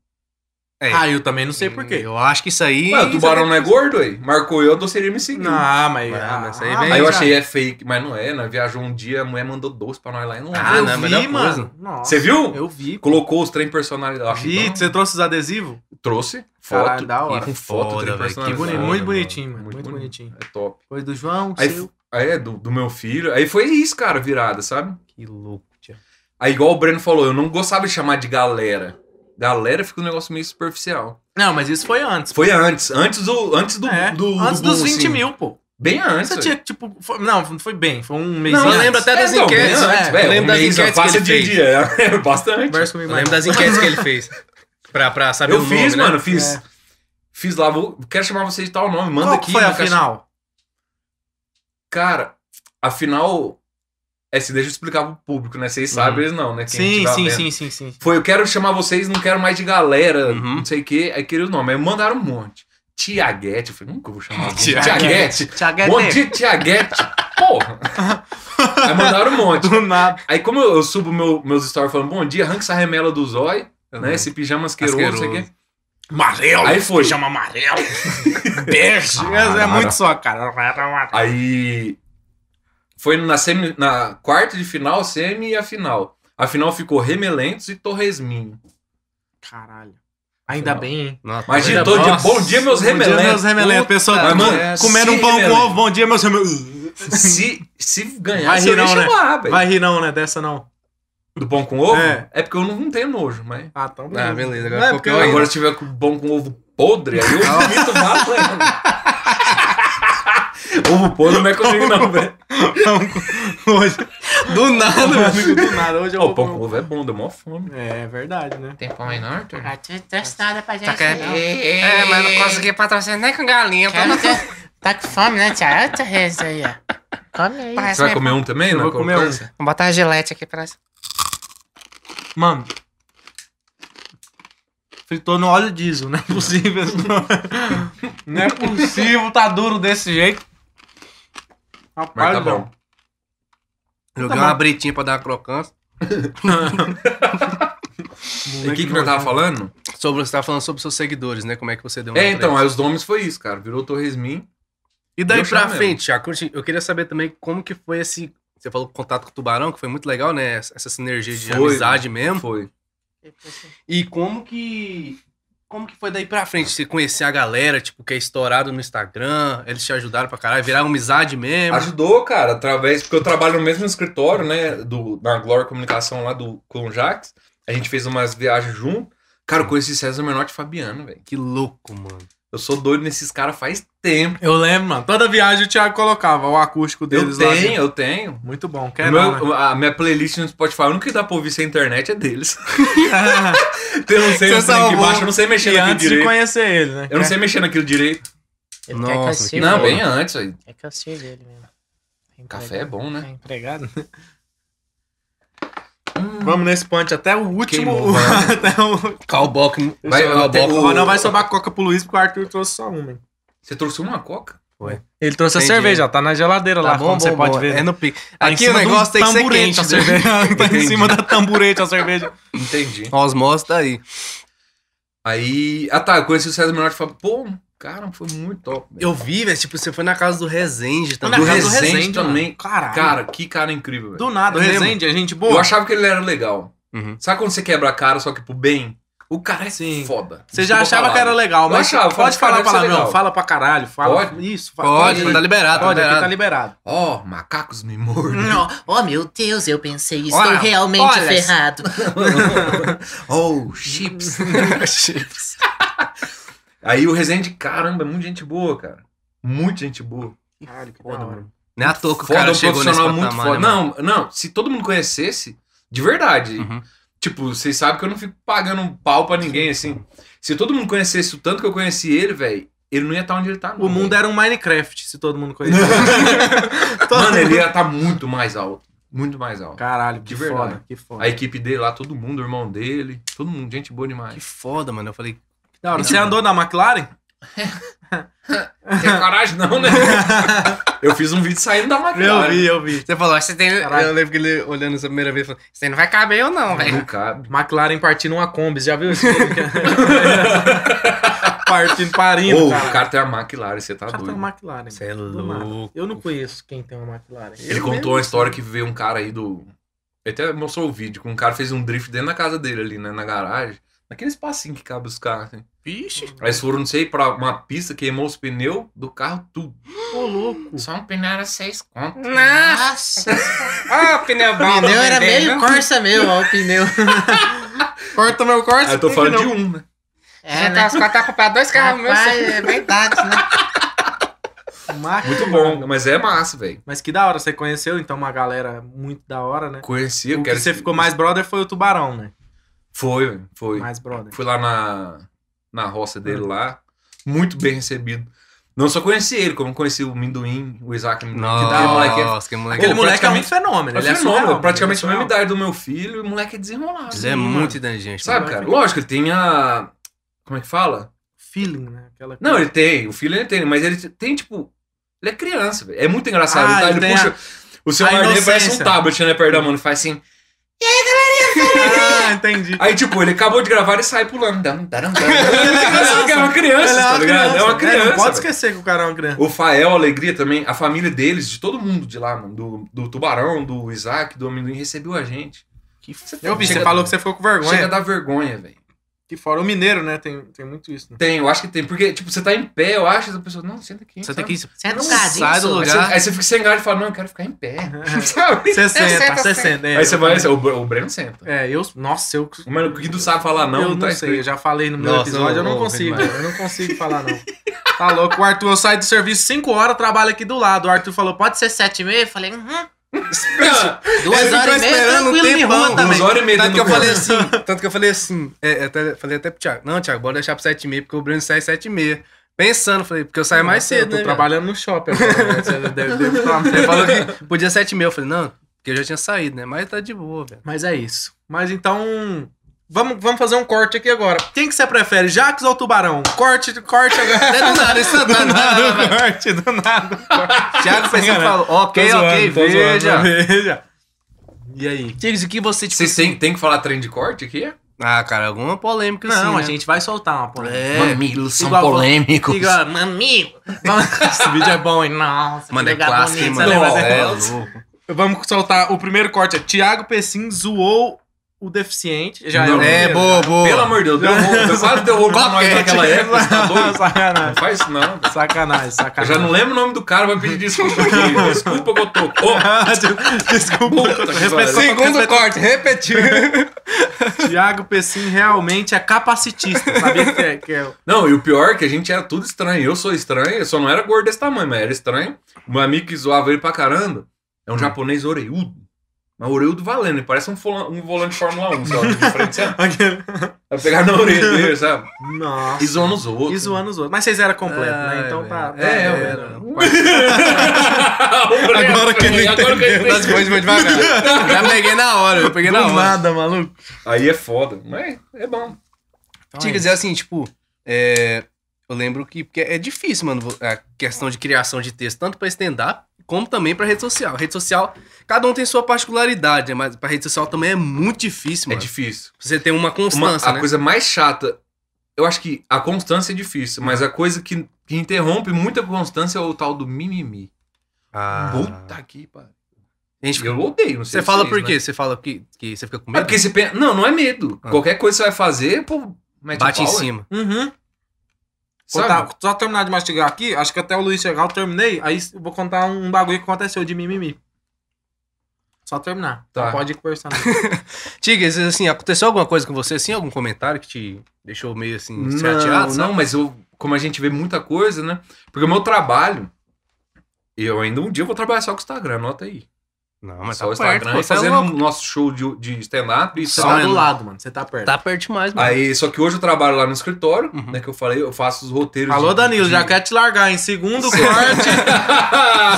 A: É.
B: Ah, eu também não sei porquê. Eu acho que isso aí.
C: Ué, o tubarão não é gordo aí? Marcou eu, a doceria me seguiu.
B: Não, mas.
A: Ah, mas isso aí
B: ah,
A: vem-
C: Aí eu
B: mas
C: achei é fake, mas não é, né? Viajou um dia, a mulher mandou doce pra nós lá e não
A: Ah,
B: eu
A: não, é a
B: vi,
A: melhor
B: mano.
A: coisa.
B: Nossa,
C: Você viu?
B: Eu vi.
C: Colocou os trem personalidade.
B: vi.
C: Acho que
B: Você trouxe os adesivos?
C: não. Trouxe foto.
B: Caralho,
A: é
B: da
C: e
B: hora.
C: com foto,
A: Foda,
C: trem
A: velho, que
C: personalizado.
B: bonito,
C: Foda,
B: muito
C: mano.
B: bonitinho, mano, muito bonitinho.
C: É top.
B: Foi do João,
C: Aí,
B: seu.
C: aí é do, do meu filho. Aí foi isso, cara, virada, sabe?
A: Que louco, tia.
C: Aí igual o Breno falou, eu não gostava de chamar de galera. Galera fica um negócio meio superficial.
B: Não, mas isso foi antes.
C: Foi antes, antes do antes do,
B: É,
C: do- do
B: antes dos
C: boom,
B: 20
C: assim.
B: mil, pô.
C: Bem antes.
B: Você
C: velho.
B: tinha, tipo. foi- não, não foi bem, foi um mês.
A: Não, eu lembro
B: antes.
A: até das
C: então, bem
A: enquetes.
C: antes,
B: é.
C: velho,
A: Eu lembro das
C: um mês,
A: enquetes que
C: passa
A: ele
C: dia a
A: fez.
C: dia, é bastante.
B: Conversa comigo
A: Eu
B: mais.
A: lembro das enquetes que ele fez. Pra, pra saber
C: Eu
A: o nome,
C: fiz,
A: né?
C: mano, fiz.
B: É.
C: Fiz lá, vou, quero chamar você de tal nome, manda
B: Qual
C: aqui.
B: que foi a
C: nunca-
B: final?
C: Cara, afinal, é, se deixa eu explicar pro público, né? Vocês sabem,
A: Uhum.
C: eles não, né? Quem
B: Sim,
C: tiver
B: sim,
C: vendo.
B: sim, sim, sim.
C: Foi, eu quero chamar vocês, não quero mais de galera,
A: Uhum.
C: não sei o quê. Aí queria o nome. Aí mandaram um monte. Tiaguete, eu falei, nunca vou chamar. alguém de
B: Tiaguete.
C: Tiaguete.
D: Tá
B: Tiaguete.
C: Bom dia, Tiaguete. Porra. Aí mandaram um monte.
B: Do nada.
C: Aí como eu, eu subo meu, meus stories falando, bom dia, arranca essa remela do zói,
A: Uhum.
C: né? Esse pijama asqueroso, não sei o quê.
B: Amarelo.
C: Aí foi.
B: Chama amarelo. Beijo. é muito só, cara.
C: Aí foi na, semi, na quarta de final, semi e a final. A final ficou Remelentos e Torresminho.
B: Caralho. Ainda bem, hein?
A: Nossa,
C: Mas
A: ainda
C: de todo
A: bom.
C: dia, bom dia, meus
B: Bom dia, meus
C: Remelentos.
B: remelentos. Pessoal
C: Mas,
B: comendo-
C: mano,
B: comendo um
C: se
B: pão
C: remelento.
B: com ovo. Bom dia, meus remelentos.
C: Se, se ganhar,
B: Vai
C: eu
B: rir
C: nem
B: não, né?
C: chamar, velho.
B: Vai rir não, né? Dessa não.
C: Do pão com ovo?
B: É.
C: É. porque eu não tenho nojo, mas.
B: Ah, então
A: Ah, beleza. Agora
B: Não é
A: ficou
B: porque
A: pior ainda.
C: Agora se tiver com pão com ovo podre, aí eu vomito valendo. ovo podre não é comigo, não, velho.
B: Hoje,
A: Do nada,
B: meu
A: mano.
B: amigo, do nada. Hoje eu
C: Ó,
B: vou... um.
C: O pão com ovo é bom, deu mó fome.
B: É, é verdade, né?
C: Tem pão aí, não, Arthur?
D: Não trouxe nada Tá pra gente.
A: Tá querendo-
D: não.
A: É, mas não consegui patrocinar nem com galinha. Tá
D: Quero ter- Tá com fome, né, tia? Olha o resto aí, ó. Come aí.
C: Você vai comer um também?
B: Eu
C: na
B: vou comer
C: conversa?
B: um.
A: Vou botar a gilete aqui pra...
B: Mano. Fritou no óleo diesel, não é possível. isso não. não é possível, tá duro desse jeito.
C: Mas
B: Rapaz,
C: tá
B: mano.
C: bom.
A: Joguei uma britinha pra dar uma crocância.
C: E o que, que eu
B: né?
C: tava falando?
A: Sobre, você tava falando sobre seus seguidores, né? Como é que você deu um
C: É,
A: nome pra
C: então,
A: eles.
C: aí os nomes foi isso, cara. Virou Torresmin.
A: E daí
C: eu
A: pra
C: chamo mesmo.
A: frente, Chaco, eu queria saber também como que foi esse... Você falou contato com o Tubarão, que foi muito legal, né? Essa essa sinergia de
C: Foi,
A: amizade mesmo.
C: Foi.
A: E como que. Como que foi daí pra frente? Você conhecer a galera, tipo, que é estourado no Instagram, eles te ajudaram pra caralho, viraram amizade mesmo.
C: Ajudou, cara, através. Porque eu trabalho no mesmo escritório, né? Do, na Glória Comunicação lá do, com o Jax. A gente fez umas viagens junto. Cara, eu conheci César Menotti e Fabiano, velho.
A: Que louco, mano.
C: Eu sou doido nesses caras faz tempo.
B: Eu lembro, mano. Toda viagem o Thiago colocava o acústico
C: Eu
B: deles lá.
C: tenho, eu tenho.
B: Muito bom,
C: O
B: quer
C: meu-
B: não, né?
C: A minha playlist no Spotify, o único que dá pra ouvir sem internet é deles. Eu não sei,
B: Você
C: eu sei que
B: salvou.
C: baixo, eu não sei mexer
B: Ah, e
C: naquilo
B: antes de
C: direito.
B: conhecer ele, né?
C: Eu não sei mexer naquilo direito.
D: Ele
A: Nossa,
D: quer que eu
A: que
D: sirva.
C: Não,
A: bom.
C: bem antes aí.
D: É que eu sirvo ele mesmo. Empregado.
C: Café é bom, né?
D: É empregado.
B: Hum. Vamos nesse punch até o último.
C: Queimou, mano.
B: até o...
A: Cowbock.
C: Vai, até
A: Cowbock.
C: o-
B: Mas não vai sobrar coca pro Luiz, porque o Arthur trouxe só uma. hein?
C: Você trouxe uma coca?
B: Ele trouxe
A: Entendi.
B: a cerveja, ó. Tá na geladeira lá, como você pode ver.
A: É no pique.
B: Tá em
A: Aqui o
B: cima de um
A: negócio tem que ser
B: tamborete
A: quente.
B: a
A: né?
B: cerveja. tá em
C: Entendi. Tá
B: cima da tamburete a cerveja.
C: Entendi.
A: Osmose tá aí.
C: Aí. Ah tá, eu conheci o César Menotti e falei, pô, cara, foi muito top. velho.
A: Eu vi, velho, tipo, você foi na casa do Rezende também.
C: Do
B: Na casa
C: Rezende também.
B: mano. Caralho.
C: Cara, que cara incrível, velho.
B: do nada, o
A: Eu
B: Resende, a gente
C: Eu
B: boa.
C: achava que ele era legal.
A: Uhum.
C: Sabe quando você quebra a cara, só que pro bem? O cara é
B: Sim.
C: foda.
B: Você já
C: Desculpa
B: achava
C: falar.
B: que era legal,
C: Eu
B: mas
C: achava, eu falava,
B: pode falar,
C: deve ser
B: fala, não,
C: legal.
B: fala pra caralho, fala
C: Pode?
B: isso, fala,
A: Pode, tá
B: pode,
A: liberado.
B: pode, aqui
A: liberado.
B: tá liberado.
C: Ó, macacos me mordem.
D: Não. Oh, meu Deus, eu pensei, estou
A: Olha,
D: realmente
A: olha.
D: ferrado.
C: oh, chips. Aí o Rezende, caramba, muita gente boa, cara. Muita gente boa.
B: Caralho, que
C: Foda,
B: da hora.
C: mano.
A: Não é à toa que o
C: Foda,
A: cara
C: um
A: chegou nesse
C: profissional
A: patamar,
C: muito
A: né,
C: foda.
A: mano?
C: Não, não, se todo mundo conhecesse, de verdade.
A: Uhum.
C: Tipo, vocês sabem que eu não fico pagando um pau pra ninguém, assim. Se todo mundo conhecesse o tanto que eu conheci ele, velho, ele não ia estar onde ele tá, não.
B: O mundo
C: é.
B: era um Minecraft, se todo mundo conhecesse. é-
C: Mano, ele ia estar muito mais alto. Muito mais alto.
B: Caralho, que
C: De verdade.
B: foda, que foda.
C: A equipe dele lá, todo mundo, o irmão dele, todo mundo, gente boa
A: Que
C: demais.
A: foda, mano. Eu falei. é Que da hora.
B: E você andou na McLaren?
C: Tem coragem não, né? Eu fiz um vídeo saindo da
B: Eu
C: maquiagem.
B: vi, eu vi.
A: Você falou, você tem.
B: Caralho.
A: Eu lembro que ele olhando essa primeira vez falou: Você não vai caber eu não, velho.
C: Não cabe.
B: McLaren partindo uma Kombi, já viu isso? é? partindo, parindo,
C: Ô,
B: cara.
C: o cara tem a McLaren, você tá
B: O cara tem
C: doido.
B: uma McLaren.
A: Você é
B: Do nada.
A: louco.
B: Eu não conheço quem tem uma McLaren.
C: Ele
B: Eu
C: contou
B: mesmo.
C: uma história que veio um cara aí do. Ele até mostrou o vídeo, que um cara fez um drift dentro da casa dele ali, né? Na garagem. Naquele espacinho que cabe os carros, assim.
A: Vixe.
C: Aí eles foram, não sei, pra uma pista, queimou os pneus do carro, tudo.
B: Ô, louco.
C: Só um pneu era seis conto.
A: Nossa.
D: Nossa,
A: Ah, pneu
B: O
A: bom.
B: pneu
A: pra
B: era
A: vender,
B: meio
A: né?
B: Corsa meu, ó, o pneu. Corta meu Corsa.
C: Aí eu tô
B: por que
C: falando
B: não?
C: de um, né?
D: é,
A: Já tá,
D: né?
A: os caras tá comprando dois carros meus.
D: Rapaz, é verdade, né?
B: McLaren.
C: Muito bom, mas é massa, velho.
B: Mas que da hora, você conheceu então uma galera muito da hora, né?
C: Conheci, eu
B: o que
C: quero.
B: você ficou mais brother foi o Tubarão, né?
C: Foi, velho, foi.
B: Mais brother.
C: Fui lá na, na roça dele lá, muito bem recebido. Não só conheci ele, como conheci o Minduim, o Isaac Minduim. que
A: Nossa,
C: dá
A: que
C: moleque.
A: moleque. Aquele moleque
B: Aquele
C: Pô,
B: moleque é
C: praticamente-
B: muito fenômeno.
C: Ele
B: Ele
C: é
B: surreal,
C: fenômeno, praticamente a
B: ele é
C: mesma
B: surreal.
C: idade do meu filho, e o moleque é desenrolado.
A: Ele é
C: assim,
A: muito
C: mano.
A: inteligente.
C: Sabe, cara? Lógico, ele tem a. Como é que fala?
B: Feeling, né? Aquela
C: Não,
B: coisa.
C: ele tem, o filho ele tem, mas ele tem, tipo. Ele é criança, velho. É muito engraçado.
B: Ah,
C: tá? Ele
B: ele tem
C: puxa. O celular dele
B: inocência.
C: parece um tablet, né, perto da mão, ele faz assim.
B: Ah, entendi.
C: Aí, tipo, ele acabou de gravar e sai pulando. Dam, daram, daram. Ele é uma criança,
B: Ele
C: tá ligado? É uma
B: né? Não
C: criança.
B: pode
C: velho.
B: esquecer que o cara é uma criança.
C: O Fael, Alegria também, a família deles, de todo mundo de lá, mano, do, do Tubarão, do Isaac, do Amendoim, recebeu a gente. Que
B: Eu vi, você falou que você ficou com vergonha.
C: Chega a dar vergonha, velho.
B: Que fora o mineiro, né? Tem, tem muito isso, né?
C: Tem, eu acho que tem, porque, tipo, você tá em pé, eu acho, e a pessoa, não, senta aqui.
A: Você
C: sabe?
A: tem que.
D: Senta
A: Não
D: um cadinho
A: sai do
D: só.
C: Aí
A: lugar.
C: você, aí você fica sem galho e fala, não, eu quero ficar em pé. sabe?
B: 60, 60. é,
C: aí você
B: eu
C: vai,
B: também.
C: o, Bre- o Breno senta.
B: É, eu. Nossa, eu.
C: O mano, que tu sabe falar não,
B: eu não
C: tá
B: sei,
C: escrito.
B: eu já falei no meu
A: Nossa,
B: episódio, eu
A: ô, ô,
B: não consigo,
A: Redmar.
B: eu não consigo falar não. Tá louco, o Arthur, eu saio do serviço 5 horas, trabalho aqui do lado. O Arthur falou, pode ser 7 e meia? Eu falei, uhum.
A: Ele
D: Duas horas
A: ficou
D: e meia,
A: esperando um
D: tranquilo, me
A: tempão,
D: rua
C: Duas
D: também.
C: horas e meia
A: Tanto que eu
C: dentro do
A: falei
C: carro.
A: assim, tanto que eu falei assim, é, é, até- falei até pro Thiago, não, Thiago, bora deixar pro 7h30, porque o Bruno sai 7h30. Pensando, falei, porque eu saio mais
B: Eu
A: cedo,
B: tô
A: né? velho?
B: trabalhando no shopping agora, né? Você deve- deve estar-
A: Ele falou que podia 7h30, eu falei, não, porque eu já tinha saído, né? Mas tá de boa, velho.
B: Mas é isso. Mas então. Vamos, vamos fazer um corte aqui agora. Quem que você prefere, Jax ou Tubarão? Corte, corte agora.
A: Não, É nada, isso não
B: Do nada,
A: nada.
B: o corte, do nada. o corte.
A: Thiago pensou e
B: Sacanagem.
A: falou, ok,
B: Tô
A: ok,
B: zoando, tô zoando,
A: veja.
B: veja. E aí?
A: Tigres, o que você, tipo...
B: assim,
C: Vocês têm, têm que falar trem de corte aqui?
A: Ah, cara, alguma polêmica assim,
B: Não, a
A: né?
B: gente vai soltar uma polêmica.
A: É,
C: Mamilos
B: são Igual-
C: polêmicos.
B: Diga, mamigo. Esse vídeo é bom, hein? Nossa.
A: Mano, é
D: Lugar
A: clássico, hein,
D: bonito,
A: mano?
B: né? Mas
C: é
A: É
C: clássico.
A: louco.
B: Vamos soltar o primeiro corte. É Tiago Pessim zoou o deficiente. Já
C: Não,
B: o
A: É,
B: primeiro.
A: boa, boa.
C: Pelo amor de Deus, deu rolo. Eu quase deu rolo pra nós naquela época, tá doido? Não
B: sacanagem.
C: faz isso não. velho.
B: Sacanagem,
C: Eu
B: sacanagem.
C: já não lembro o nome do cara, vai pedir desculpa aqui. Desculpa que eu tô. Ô,
B: Desculpa.
C: Puta que pariu.
A: É, Segundo corte, repetiu.
B: Tiago Pessim realmente é capacitista. Sabia que é, que é-
C: Não, e o pior é que a gente era tudo estranho. Eu sou estranho, eu só não era gordo desse tamanho, mas era estranho. Meu amigo que zoava ele pra caramba é um japonês oreudo. Mas oreudo valendo, ele parece um, fola- um volante de Fórmula 1, sabe? De frente, sabe?
B: aquele-
C: Vai pegar na orelha dele, sabe?
B: Nossa.
C: E zoando os outros.
B: E zoando os outros. Mas vocês eram completos,
A: Ai,
B: né? Então tá.
A: velho. É,
B: tá-
A: eu
B: tá-
A: era.
C: agora
A: que ele
C: agora que ele
A: Das coisas mais devagar. Já peguei na hora, eu peguei na
B: Do
A: hora.
B: nada, maluco.
C: Aí é foda, mas é bom.
A: Tinha que dizer assim, tipo, é, eu lembro que porque é difícil, mano, vo- a questão de criação de texto, tanto pra stand-up como também pra rede social. Rede social, cada um tem sua particularidade, né? mas pra rede social também é muito difícil,
C: É
A: mano.
C: difícil.
A: Você tem uma
C: Uma-
A: constância,
C: a
A: né?
C: coisa mais chata, eu acho que a constância é difícil, mas a coisa que, que interrompe muita constância é o tal do mimimi.
A: Ah.
C: Puta que pariu.
A: A gente-
C: Eu odeio, não sei
A: você fala
C: vocês,
A: por
C: né?
A: quê? Você fala que, que você fica com
C: É
A: medo?
C: porque você pensa. Não, não é medo.
A: Ah.
C: Qualquer coisa que você vai fazer, pô, mete
A: Bate
C: o
A: em
C: pau,
A: cima. tá
B: Uhum.
C: Sabe?
B: Contar- só terminar de mastigar aqui, acho que até o Luiz chegar eu terminei, aí eu vou contar um bagulho que aconteceu de mimimi. Só terminar.
C: Tá.
B: Não pode ir conversando.
A: Tigres, assim, aconteceu alguma coisa com você, assim? Algum comentário que te deixou meio assim,
C: Não,
A: chateado? sabe?
C: não, mas eu, como a gente vê muita coisa, né? Porque o meu trabalho, eu ainda um dia vou trabalhar só com o Instagram, anota aí.
A: Não, mas
C: só o
A: tá perto,
C: Instagram
A: pô,
C: e
A: você é
C: fazendo
A: louco.
C: o nosso show de, de stand-up e
B: Você
C: tal.
B: tá do
A: Saindo.
B: lado, mano. Você tá perto.
A: Tá perto demais, mano.
C: Aí, só que hoje eu trabalho lá no escritório,
A: Uhum.
C: né? Que eu falei, eu faço os roteiros.
B: Alô,
C: de-
B: Danilo,
C: de-
B: já quer te largar, hein? Segundo corte.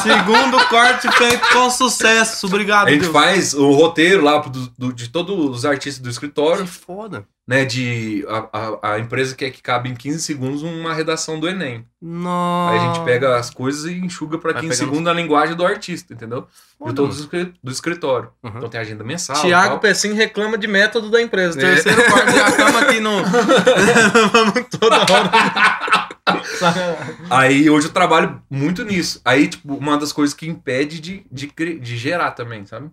B: segundo corte feito com sucesso. Obrigado,
C: A gente
B: Deus.
C: faz o roteiro lá do- do- de todos os artistas do escritório.
A: Que é foda.
C: né? De. A, a, a empresa quer que cabe em 15 segundos uma redação do Enem.
A: Nossa.
C: Aí a gente pega as coisas e enxuga pra
A: Ah. Vai
C: 15
A: pegando-
C: segundos a linguagem do artista, entendeu? De todos os escri- do escritório.
A: Uhum.
C: Então tem agenda mensal.
B: Tiago
C: tal.
B: Pessim reclama de método da empresa.
A: É.
B: Terceiro quarto já estamos aqui no. Vamos toda hora. Sacanagem.
C: Aí hoje eu trabalho muito nisso. Aí, tipo, uma das coisas que impede de, de, cri- de gerar também, sabe?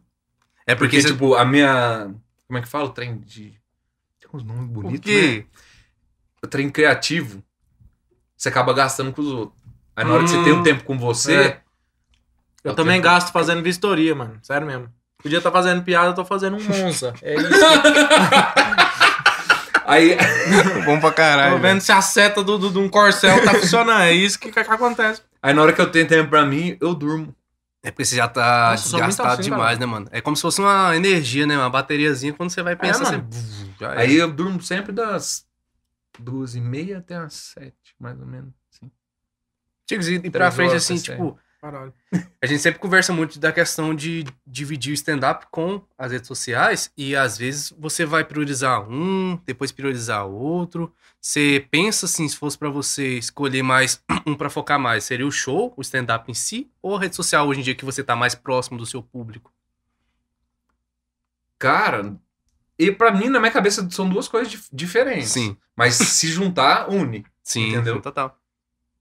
A: É
C: Porque,
A: porque, você-
C: tipo, a minha. Como é que fala? O trem de. Tem uns nomes
A: o
C: bonitos, né?
A: quê?
C: O trem criativo, você acaba gastando com os outros. Aí na hora que você tem um
A: Hum.
C: tempo com você.
B: É.
C: é
B: Eu
C: o
B: também
C: tempo-
B: gasto fazendo vistoria, mano. Sério mesmo. Podia estar fazendo piada, eu tô fazendo um Monza. É isso.
C: Aí,
A: Bom pra caralho.
B: Tô vendo se a seta do, do, de um Corcel tá funcionando. É isso que, que acontece.
C: aí na hora que eu tenho tempo pra mim, eu durmo.
A: É porque você já tá
B: Nossa, sou muito
A: desgastado
B: assim,
A: demais, né, mano? É como se fosse uma energia, né? Uma bateriazinha. Quando você vai pensar,
B: mano.
A: você... Já é.
C: É, Aí eu durmo sempre das duas e meia até as sete, mais ou menos. assim.
A: Chicos, e e pra
C: Três
A: frente,
C: horas,
A: assim,
C: tá
A: tipo...
B: Caralho.
A: A gente sempre conversa muito da questão de dividir o stand-up com as redes sociais. E, às vezes, você vai priorizar um, depois priorizar outro. Você pensa, assim, se fosse pra você escolher mais um pra focar mais. Seria o show, o stand-up em si? Ou a rede social hoje em dia que você tá mais próximo do seu público?
C: Cara, e pra mim, na minha cabeça, são duas coisas dif- diferentes. Mas se juntar, une.
A: Sim,
C: É Entendeu?
A: total.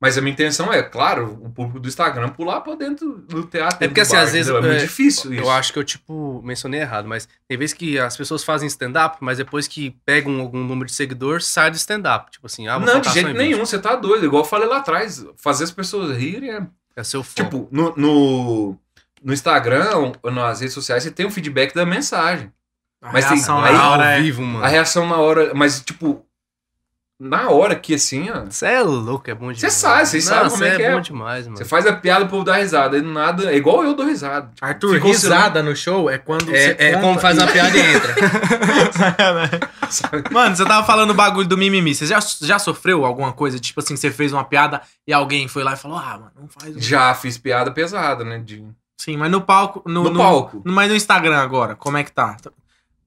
C: Mas a minha intenção é, claro, o público do Instagram pular pra dentro do teatro.
A: É porque,
C: dentro do
A: assim,
C: bar,
A: às vezes,
C: entendeu? É muito
A: é,
C: difícil isso.
A: Eu acho que eu, tipo, mencionei errado, mas tem vezes que as pessoas fazem stand-up, mas depois que pegam algum número de seguidor, sai do stand-up. Tipo assim, ah, vou
C: Não, de
A: focar só em
C: jeito
A: vídeo.
C: nenhum, você tá doido. Igual eu falei lá atrás, fazer as pessoas rirem é.
A: É seu foco.
C: Tipo, no, no, no Instagram ou nas redes sociais, você tem o feedback da mensagem.
B: A
C: Mas tem-
B: reação
C: aí-
B: na hora é-
A: ao vivo, mano.
C: A reação na hora. Mas, tipo, na hora que assim, ó.
A: Você é louco, é bom demais.
C: sabe, vocês
A: Não,
C: sabem como
A: cê
C: é que é.
A: bom demais, mano.
C: Você faz a piada pro povo dar risada. Aí do nada. É igual eu dou risada. Tipo,
B: Arthur,
C: Ficou
B: risada no show é quando você
A: É, é
B: conta É, né?
A: como faz
B: e-
A: uma piada e entra.
C: sabe?
B: Mano, você tava falando o bagulho do mimimi. Você já, já sofreu alguma coisa? Tipo assim, você fez uma piada e alguém foi lá e falou: Ah, mano, não faz isso.
C: Já fiz piada pesada, né? De,
B: Sim, mas no palco. No,
C: no, palco.
B: no- Mas no Instagram agora, como é que tá?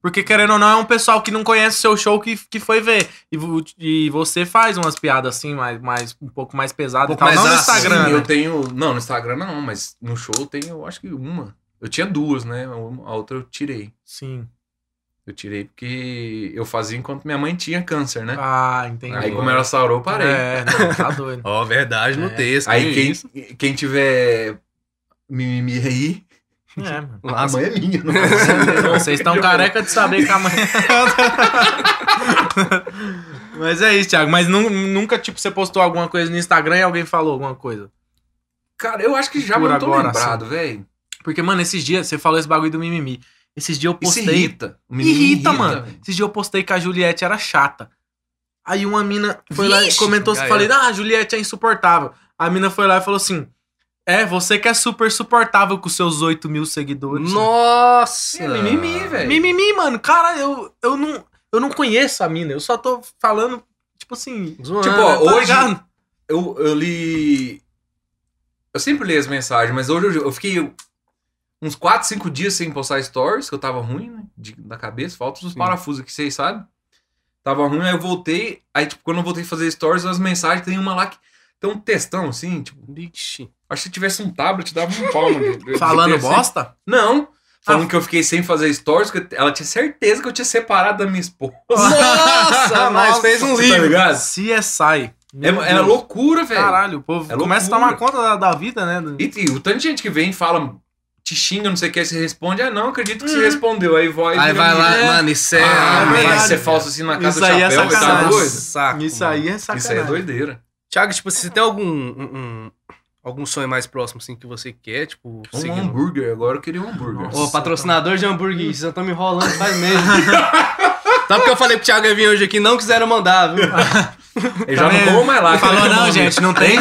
B: Porque querendo ou não, é um pessoal que não conhece o seu show que, que foi ver. E, vo- e você faz umas piadas assim, mais, mais, um pouco mais pesada
A: Um
B: e
A: pouco
B: tal.
A: mais
B: Não no
A: ácido,
B: Instagram.
C: Sim,
B: né?
C: assim, eu tenho. Não, no Instagram não, mas no show eu tenho, eu acho que uma. Eu tinha duas, né? Uma- A outra eu tirei.
B: Sim.
C: Eu tirei porque eu fazia enquanto minha mãe tinha câncer, né?
B: Ah, entendi.
C: Aí, como ela sarou, eu parei.
B: É, não, tá doido.
A: Ó, verdade no
B: É.
A: texto.
C: Aí,
A: que isso?
C: quem, quem tiver mimimi aí,
B: é, mano.
C: a
A: Nossa,
C: mãe é minha. não
B: Vocês estão careca de saber que a mãe. Mas é isso, Thiago. Mas nu- nunca, tipo, você postou alguma coisa no Instagram e alguém falou alguma coisa.
C: Cara, eu acho que já
B: Por
C: não tô
B: agora,
C: lembrado, velho.
B: Porque, mano, esses dias, você falou esse bagulho do mimimi. Esses dias eu
C: Isso
B: postei.
C: irrita. O mimimi
B: irrita, mano.
C: velho.
B: Esses dias eu postei que a Juliette era chata. Aí uma mina foi lá e
A: Vixe!
B: comentou,
A: Já
B: falei, ah, a Juliette é insuportável. A mina foi lá e falou assim, é, você que é super suportável com seus 8 mil seguidores.
A: Nossa.
C: É
B: Ah,
C: mimimi, velho.
B: Mimimi, mano, cara, eu, eu, não, eu não conheço a mina, eu só tô falando, tipo assim.
A: Zoando.
C: Tipo, ó,
B: tá
C: hoje-
B: ligado?
C: Eu, eu li. Eu sempre leio as mensagens, mas hoje eu, eu fiquei uns 4, 5 dias sem postar stories, que eu tava ruim, né? de- da cabeça, falta os
A: Sim.
C: parafusos aqui, vocês sabem. Tava ruim, aí eu voltei. Aí, tipo, quando eu voltei a fazer stories, as mensagens tem uma lá que. Tem um textão assim, tipo.
A: Vixe.
C: Acho que se tivesse um tablet, dava um pau no- no-
B: Falando
C: no-
B: bosta? Ah.
C: Não. Falando que eu fiquei sem fazer stories, que ela tinha certeza que eu tinha separado da minha esposa.
B: Ah,
A: Nossa, mas
B: Nossa,
A: fez um
C: Tá
A: livro.
C: ligado?
B: CSI.
C: É,
B: Meu
C: é
B: Deus.
C: loucura, velho.
B: Caralho, o povo
C: É
B: começa a tomar
C: loucura.
B: conta da, da vida, né? do-
C: E, e o tanto de gente que vem e fala, te xinga, não sei o que, aí você responde, ah, não, acredito que
B: Uhum.
C: você respondeu. Aí vai.
A: Aí
C: vira
A: vai lá,
C: mídia.
A: mano, isso é...
C: Ah,
B: é
C: mas
B: verdade.
C: você é falso assim na casa
B: Isso
C: do
B: aí é
C: chapéu, vai dar
B: sacanagem.
C: doido.
A: Saco,
B: Isso
A: mano.
B: aí é sacanagem.
C: Isso aí é doideira.
A: Thiago, tipo, você tem algum um- um- algum sonho mais próximo, assim, que você quer, tipo,
C: Um
A: seguindo?
C: hambúrguer, agora eu queria um hambúrguer.
B: Nossa.
A: Ô, patrocinador de hambúrguer, vocês estão me enrolando faz mesmo. Só porque eu falei pro Thiago ia vir hoje aqui, não quiseram mandar, viu?
C: Eu já não como mais lá.
B: Falou,
C: como é que é o
B: tá não,
C: nome?
B: gente, não tem.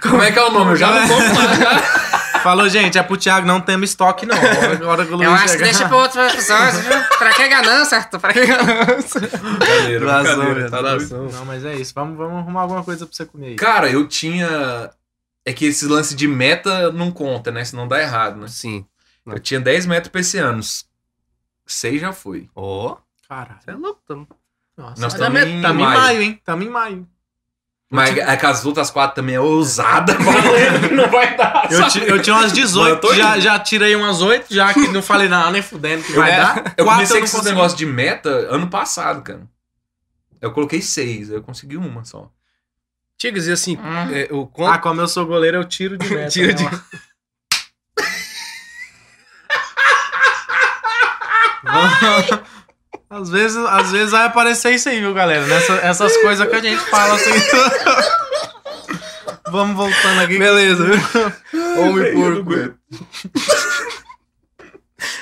C: Como é que é o nome? Eu já não como mais. já.
B: Falou, gente, é pro Thiago, não temos estoque, não. Agora, agora que o Luiz chegar-
A: outra pessoa, viu? Pra que ganância, Arthur? Pra que ganância?
C: Brincadeira, brincadeira, tá doido.
B: Não, mas é isso. Vamos, vamos arrumar alguma coisa pra você comer aí.
C: Cara, eu tinha. É que esse lance de meta não conta, né? Senão dá errado, né?
A: Sim.
C: Eu tinha 10 metas pra esse ano. 6 já foi.
A: Ó,
B: Caralho.
A: você é louco, tamo.
B: Nossa,
C: Nós
B: mas
C: tamo
B: tamo-
C: em
B: tamo
C: maio.
B: hein? Tamo em maio.
C: Mas é que as outras quatro também é ousada. não vai dar.
B: Eu, ti- eu tinha umas 18,
C: tô
B: já,
C: indo.
B: já tirei umas 8, já que não falei nada, nem fudendo que vai
C: É,
B: dar.
C: Eu comecei
B: Quatro eu
C: com
B: não
C: esses
B: consegui.
C: negócios de meta ano passado, cara. Eu coloquei seis, eu consegui uma só.
A: Chega a dizer assim, é, eu
B: Ah,
A: conto.
B: como eu sou goleiro, eu tiro de meta.
A: Tiro de-
B: né, lá. Às vezes, às vezes vai aparecer isso aí, viu, galera? Nessa- essas coisas que a gente fala assim. Vamos voltando aqui.
A: Beleza.
C: Ai,
A: Homem
C: eu não
A: porco.
C: aguento.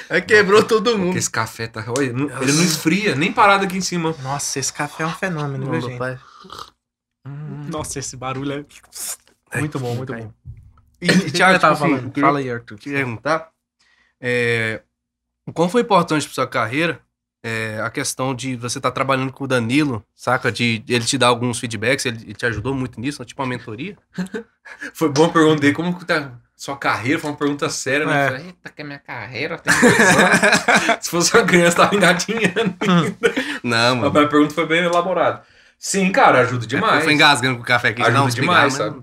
A: Aí quebrou todo mundo.
C: Porque esse café tá. Olha, não- ele não esfria, nem parado aqui em cima.
B: Nossa, esse café é um fenômeno, viu, gente?
A: pai.
B: Nossa, esse barulho é muito bom, muito bom.
A: E,
B: O
A: e
B: que que
A: Thiago, tipo assim,
B: eu
A: tava
B: tava
A: falando.
B: falando? Fala aí, Arthur.
A: te perguntar é, o quão foi importante para sua carreira é, a questão de você estar trabalhando com o Danilo, saca? De ele te dar alguns feedbacks, ele, ele te ajudou muito nisso, tipo uma mentoria.
C: Foi bom eu perguntei como que tá sua carreira, foi uma pergunta séria, né?
B: É.
C: Eu falei, Eita, que é minha carreira tem dois anos." Se fosse uma criança, tava engatinhando.
A: Não, É
C: A minha pergunta foi bem elaborada. Sim, cara, ajuda demais.
A: Foi engasgando com o café aqui.
C: Ajuda
A: não, É
C: demais, sabe?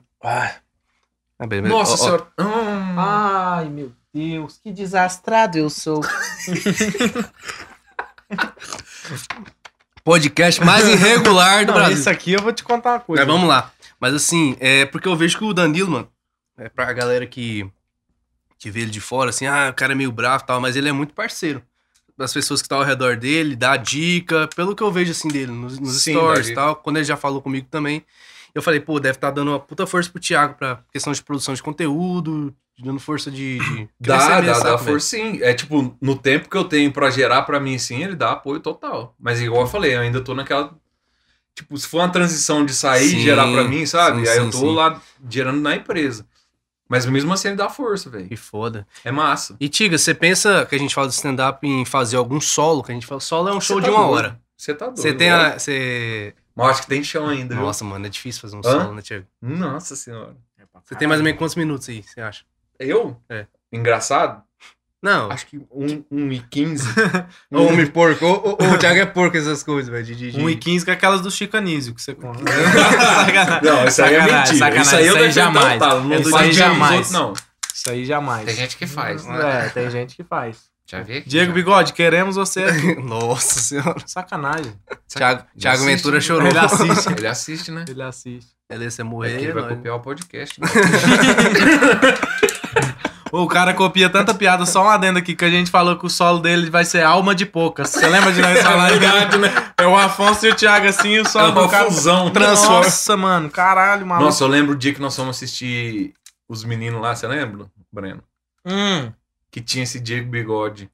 C: Nossa
A: Nossa
C: senhora. Hum.
D: Ai, meu Deus, que desastrado eu sou.
A: Podcast mais irregular do
B: Não,
A: Brasil.
B: isso aqui eu vou te contar uma coisa.
C: é.
A: Mas vamos lá. Mas assim, é porque eu vejo que o Danilo, mano, é pra galera que, que vê ele de fora, assim, ah, o cara é meio bravo e tal, mas ele é muito parceiro. Das pessoas que estão ao redor dele, dá dica, pelo que eu vejo assim dele, nos, nos
C: Sim,
A: stories
C: dá
A: e tal. Quando ele já falou comigo também, eu falei, pô, deve estar dando uma puta força pro Thiago pra questão de produção de conteúdo, dando força de. de
C: Dá,
A: crescimento,
C: dá,
A: saca,
C: dá
A: velho?
C: força sim. É tipo, no tempo que eu tenho pra gerar pra mim, sim, ele dá apoio total. Mas igual eu falei, eu ainda tô naquela. Tipo, se for uma transição de sair
A: Sim,
C: e gerar pra mim, sabe?
A: sim,
C: Aí
A: sim,
C: eu tô
A: sim.
C: lá gerando na empresa. Mas mesmo assim ele dá força, velho.
A: Que foda.
C: É massa.
A: E, Tiga, você pensa que a gente fala de stand-up em fazer algum solo? Que a gente fala, solo é um show de uma hora.
C: Você tá doido.
A: Você tem
C: olha.
A: a. Você
C: Mas acho que tem chão ainda, viu?
A: Nossa, mano, é difícil fazer um
C: Hã?
A: solo, né, Thiago?
C: Nossa senhora.
B: É,
A: Você tem mais ou menos quantos minutos aí, você acha?
C: Eu?
A: É.
C: Engraçado?
A: Não.
C: Acho que 1 um, um e 15.
A: Ô, homem porco. Ô, ô, ô, o Thiago é porco essas coisas, velho. De, de, de...
B: 1 e 15 que é aquelas do Chicanísio que você conta.
C: Não, isso aí é mentira.
B: Sacanagem, sacanagem.
C: isso aí eu
B: Isso aí
C: deixo então,
B: jamais.
C: tá? Não
B: Isso
C: faz de
B: aí
C: uns
B: jamais.
C: outros, não.
B: Isso aí jamais.
C: gente que né?
B: É, tem gente que faz.
C: Já vi aqui. né?
B: Diego
C: já.
B: Bigode, queremos você. aqui.
A: Nossa senhora.
B: Sacanagem.
A: Thiago,
C: Não
A: Thiago
C: assiste,
A: Ventura
C: né?
A: chorou.
B: Ele assiste.
C: Ele assiste, né?
B: Ele assiste.
A: Ele você
C: É que
A: morrer.
C: ele vai
A: nós-
C: copiar o podcast.
B: Ô, O cara copia tanta piada, só um adendo aqui, que a gente falou que o solo dele vai ser alma de poucas. Você lembra de nós falar?
C: né?
B: É o Afonso e o Thiago assim, o
C: É
B: solo do
C: uma
B: cara.
C: fusão.
A: Transforma.
B: né? Nossa, mano, caralho, maluco.
C: Nossa, eu lembro o dia que nós fomos assistir os meninos lá, você lembra, Breno?
B: Hum.
C: Que tinha esse Diego Bigode.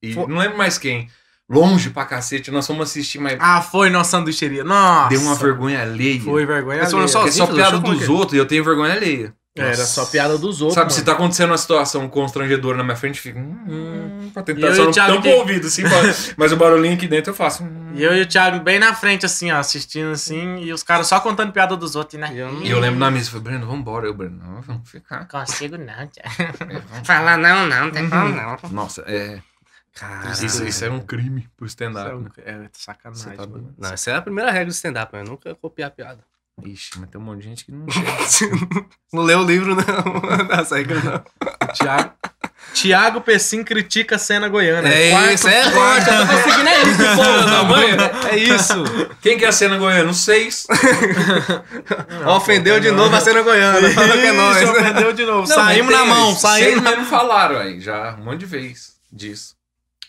C: E
A: Foi.
C: não lembro mais quem. Longe pra cacete, nós fomos assistir, mas
B: Ah, foi nossa sanduicheria. Nossa.
C: deu uma vergonha alheia.
B: Foi vergonha.
A: Mas foram
B: alheia.
A: só-
C: Porque é
A: Sozinho,
C: só piada
A: deixa eu como
C: dos
A: que é.
C: outros e eu tenho vergonha alheia.
B: Era só piada dos outros.
C: Sabe,
B: mano.
C: se tá acontecendo uma situação constrangedora na minha frente, fica. Hum, pra tentar
B: E
C: só
B: eu e o
C: não
B: Thiago
C: tampa
B: que-
C: o ouvido, assim, pra- mas o barulhinho aqui dentro eu faço. hum.
B: E eu e o Thiago bem na frente, assim, ó, assistindo assim, e os caras só contando piada dos outros, né?
A: E eu não-
C: E eu lembro na mesa, eu falei, Breno, vambora. Eu, Breno, não, vamos ficar.
D: Consigo não, tia.
C: É, vamos-
D: Falar não, não, tem
A: Uhum.
D: como não.
C: Nossa, é.
A: Caralho.
C: Isso, isso é um crime pro stand-up. né?
B: É,
C: Você
B: sacanagem.
C: tá
B: mano.
C: doido.
A: Não, essa é a primeira regra do stand-up, eu nunca copiar a piada.
C: Ixi, mas tem um monte de gente que não.
A: não leu o livro, não. Das regras, não.
B: Thiago, Thiago Pessim critica a cena goiana.
A: É
B: Quarto-
A: isso, é forte. Eu tô conseguindo é isso,
C: Porra, da mãe.
A: É isso.
C: Quem que é a cena goiana? Não sei.
A: Ofendeu de novo a cena goiana. Fala que é
B: Ixi,
A: nóis.
B: ofendeu de novo.
C: Não,
B: saímos
C: mas
B: na
C: tem,
B: mão,
C: vocês
B: saímos na...
C: mesmo falaram aí, já um monte de vez disso.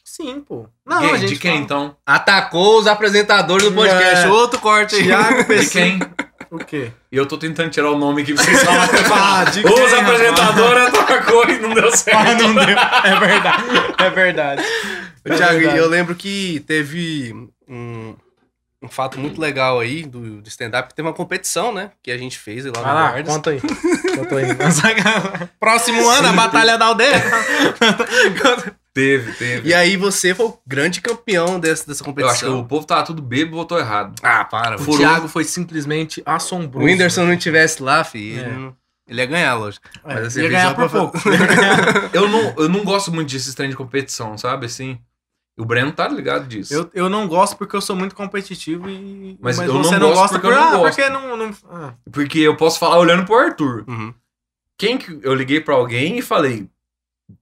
B: Sim, pô. Não,
C: Quem?
B: a gente
C: de quem
B: fala.
C: então?
A: Atacou os apresentadores do podcast.
B: É.
A: Outro corte aí.
B: Thiago
C: De
B: Pessim.
C: quem?
B: O quê?
C: E eu tô tentando tirar o nome aqui pra vocês falarem.
B: Ah, de quem,
C: Os
B: rapaz?
C: apresentadores atacou e não deu certo.
B: Ah, não deu. É verdade. É verdade.
A: Ô, Thiago,
B: é, verdade.
A: eu lembro que teve um, um fato muito legal aí do, do stand-up, que teve uma competição, né? Que a gente fez lá no
B: Vai lá,
A: Guardas.
B: conta aí. Conta aí. Próximo ano, a Batalha da Aldeia.
C: Teve, teve.
A: E aí você foi o grande campeão dessa, dessa
C: Eu acho que
A: competição.
C: o povo tava tudo bêbado e votou errado.
A: Ah, para.
B: O
A: mano.
B: Thiago foi simplesmente
A: O
B: assombroso.
A: Whindersson não tivesse lá, filho,
B: É.
A: ele, não- ele ia ganhar, lógico.
B: É,
A: Mas assim,
B: ia
A: fez
B: ganhar
A: só pra
B: por
A: fa-
B: pouco. Ia ganhar.
C: Eu não, eu não gosto muito desses trem de competição, sabe? Assim. O Breno tá ligado disso.
B: Eu, eu não gosto porque eu sou muito competitivo e.
C: Mas eu não gosto porque eu
B: por-
C: não
B: ah,
C: gosto.
B: porque não. não- ah.
C: Porque eu posso falar olhando pro Arthur.
A: Uhum.
C: Quem que. Eu liguei pra alguém e falei: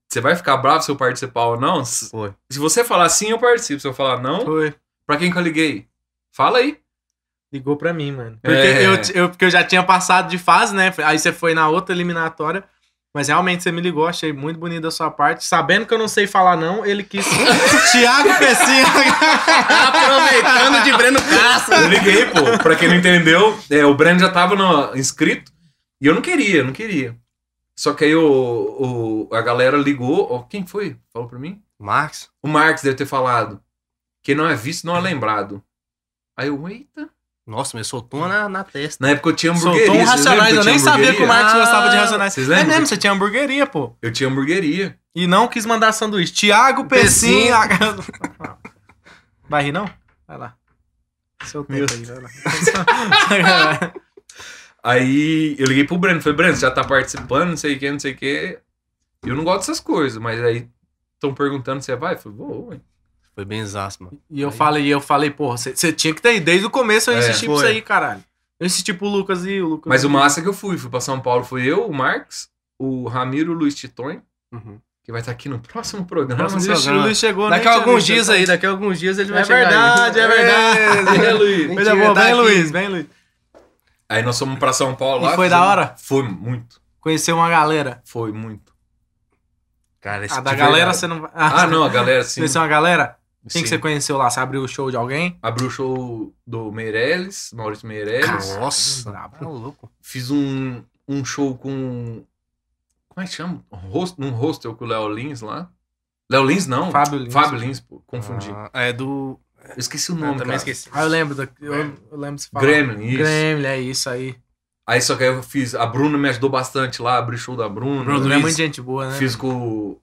C: Você vai ficar bravo se eu participar ou não? Se
A: Foi.
C: se você falar sim, eu participo. Se eu falar não,
B: Foi.
C: pra quem que eu liguei? Fala aí.
B: Ligou pra mim, mano.
C: É.
B: Porque, eu, eu, porque eu já tinha passado de fase, né? Aí você foi na outra eliminatória. Mas realmente você me ligou, achei muito bonito a sua parte. Sabendo que eu não sei falar não, ele quis. Tiago Pessinha.
A: Aproveitando de Breno Castro.
C: Eu liguei, pô. Pra quem não entendeu, é, o Breno já tava no- inscrito e eu não queria, eu não queria. Só que aí o, o- a galera ligou. ó, quem foi? Falou pra mim?
A: Marcos.
C: O Marx deve ter falado. Quem não é visto não é lembrado. Aí eu, eita.
A: Nossa, mas soltou na, na testa.
C: Na época eu tinha hamburgueria.
B: Soltou um
C: vocês lembram
B: Racionais,
C: que
B: eu nem
C: tinha
B: sabia que o
C: hamburgueria?
B: Marcos
A: Ah,
B: gostava de Racionais.
C: vocês
B: É
C: lembram?
B: mesmo, você tinha hamburgueria, pô.
C: Eu tinha hamburgueria.
B: E não quis mandar sanduíche. Tiago Pessinha. Vai rir, não? Vai lá. Seu tempo aí, vai lá.
C: Aí eu liguei pro Breno, falei, Breno, você já tá participando, não sei o que, não sei o que. Eu não gosto dessas coisas, mas aí estão perguntando se você vai. Eu falei, vou, ué.
A: Foi bem exaço, mano.
B: E eu falei, e eu falei, porra, você tinha que ter ido. Desde o começo eu
C: É,
B: insisti pra
A: foi.
B: isso aí, caralho. Eu insisti pro Lucas e o Lucas.
C: Mas o massa é que eu fui, fui pra São Paulo, foi eu, o Marx, o Ramiro o Luiz Titon,
B: Uhum.
C: que vai estar aqui no próximo programa.
B: Nossa, o Luiz- o
A: programa.
B: Luiz chegou
A: Daqui a
B: nem
A: alguns
B: tinha
A: dias
B: visto.
A: aí, daqui a alguns dias ele vai
B: É
A: chegar aí.
B: verdade, é verdade.
C: É, Luiz.
B: Coisa boa,
A: Mentira, tá aqui.
B: vem, Luiz, vem, Luiz.
C: Aí nós fomos pra São Paulo lá.
B: E foi da
C: fizemos-
B: hora?
C: Foi muito.
B: Conheceu uma galera.
C: Foi muito.
A: Cara, esse
B: A da
A: de
B: galera
A: verdade.
B: você não vai.
C: Ah, não, a galera sim.
B: Conheceu uma galera? Quem
C: sim.
B: que você conheceu lá? Você abriu o show de alguém?
C: Abriu o show do Meirelles, Maurício Meirelles.
A: Nossa,
B: Brabo.
A: tá louco.
C: Fiz um, um show com. Como é que chama? Host, num hostel com o Léo Lins lá. Léo Lins não.
B: Fábio Lins.
C: Fábio Lins, pô. Confundi.
A: Ah, é do.
C: Eu esqueci o
A: Eu
C: nome,
A: também
C: cara.
A: esqueci.
B: Ah, eu lembro. Da, eu, eu lembro se falar.
C: Gremlin, isso.
B: Gremlin, é isso aí.
C: Aí só que aí eu fiz. A Bruna me ajudou bastante lá, abri show da Bruna.
B: Bruno é
A: Luiz.
B: muito gente boa, né?
C: Fiz com. o-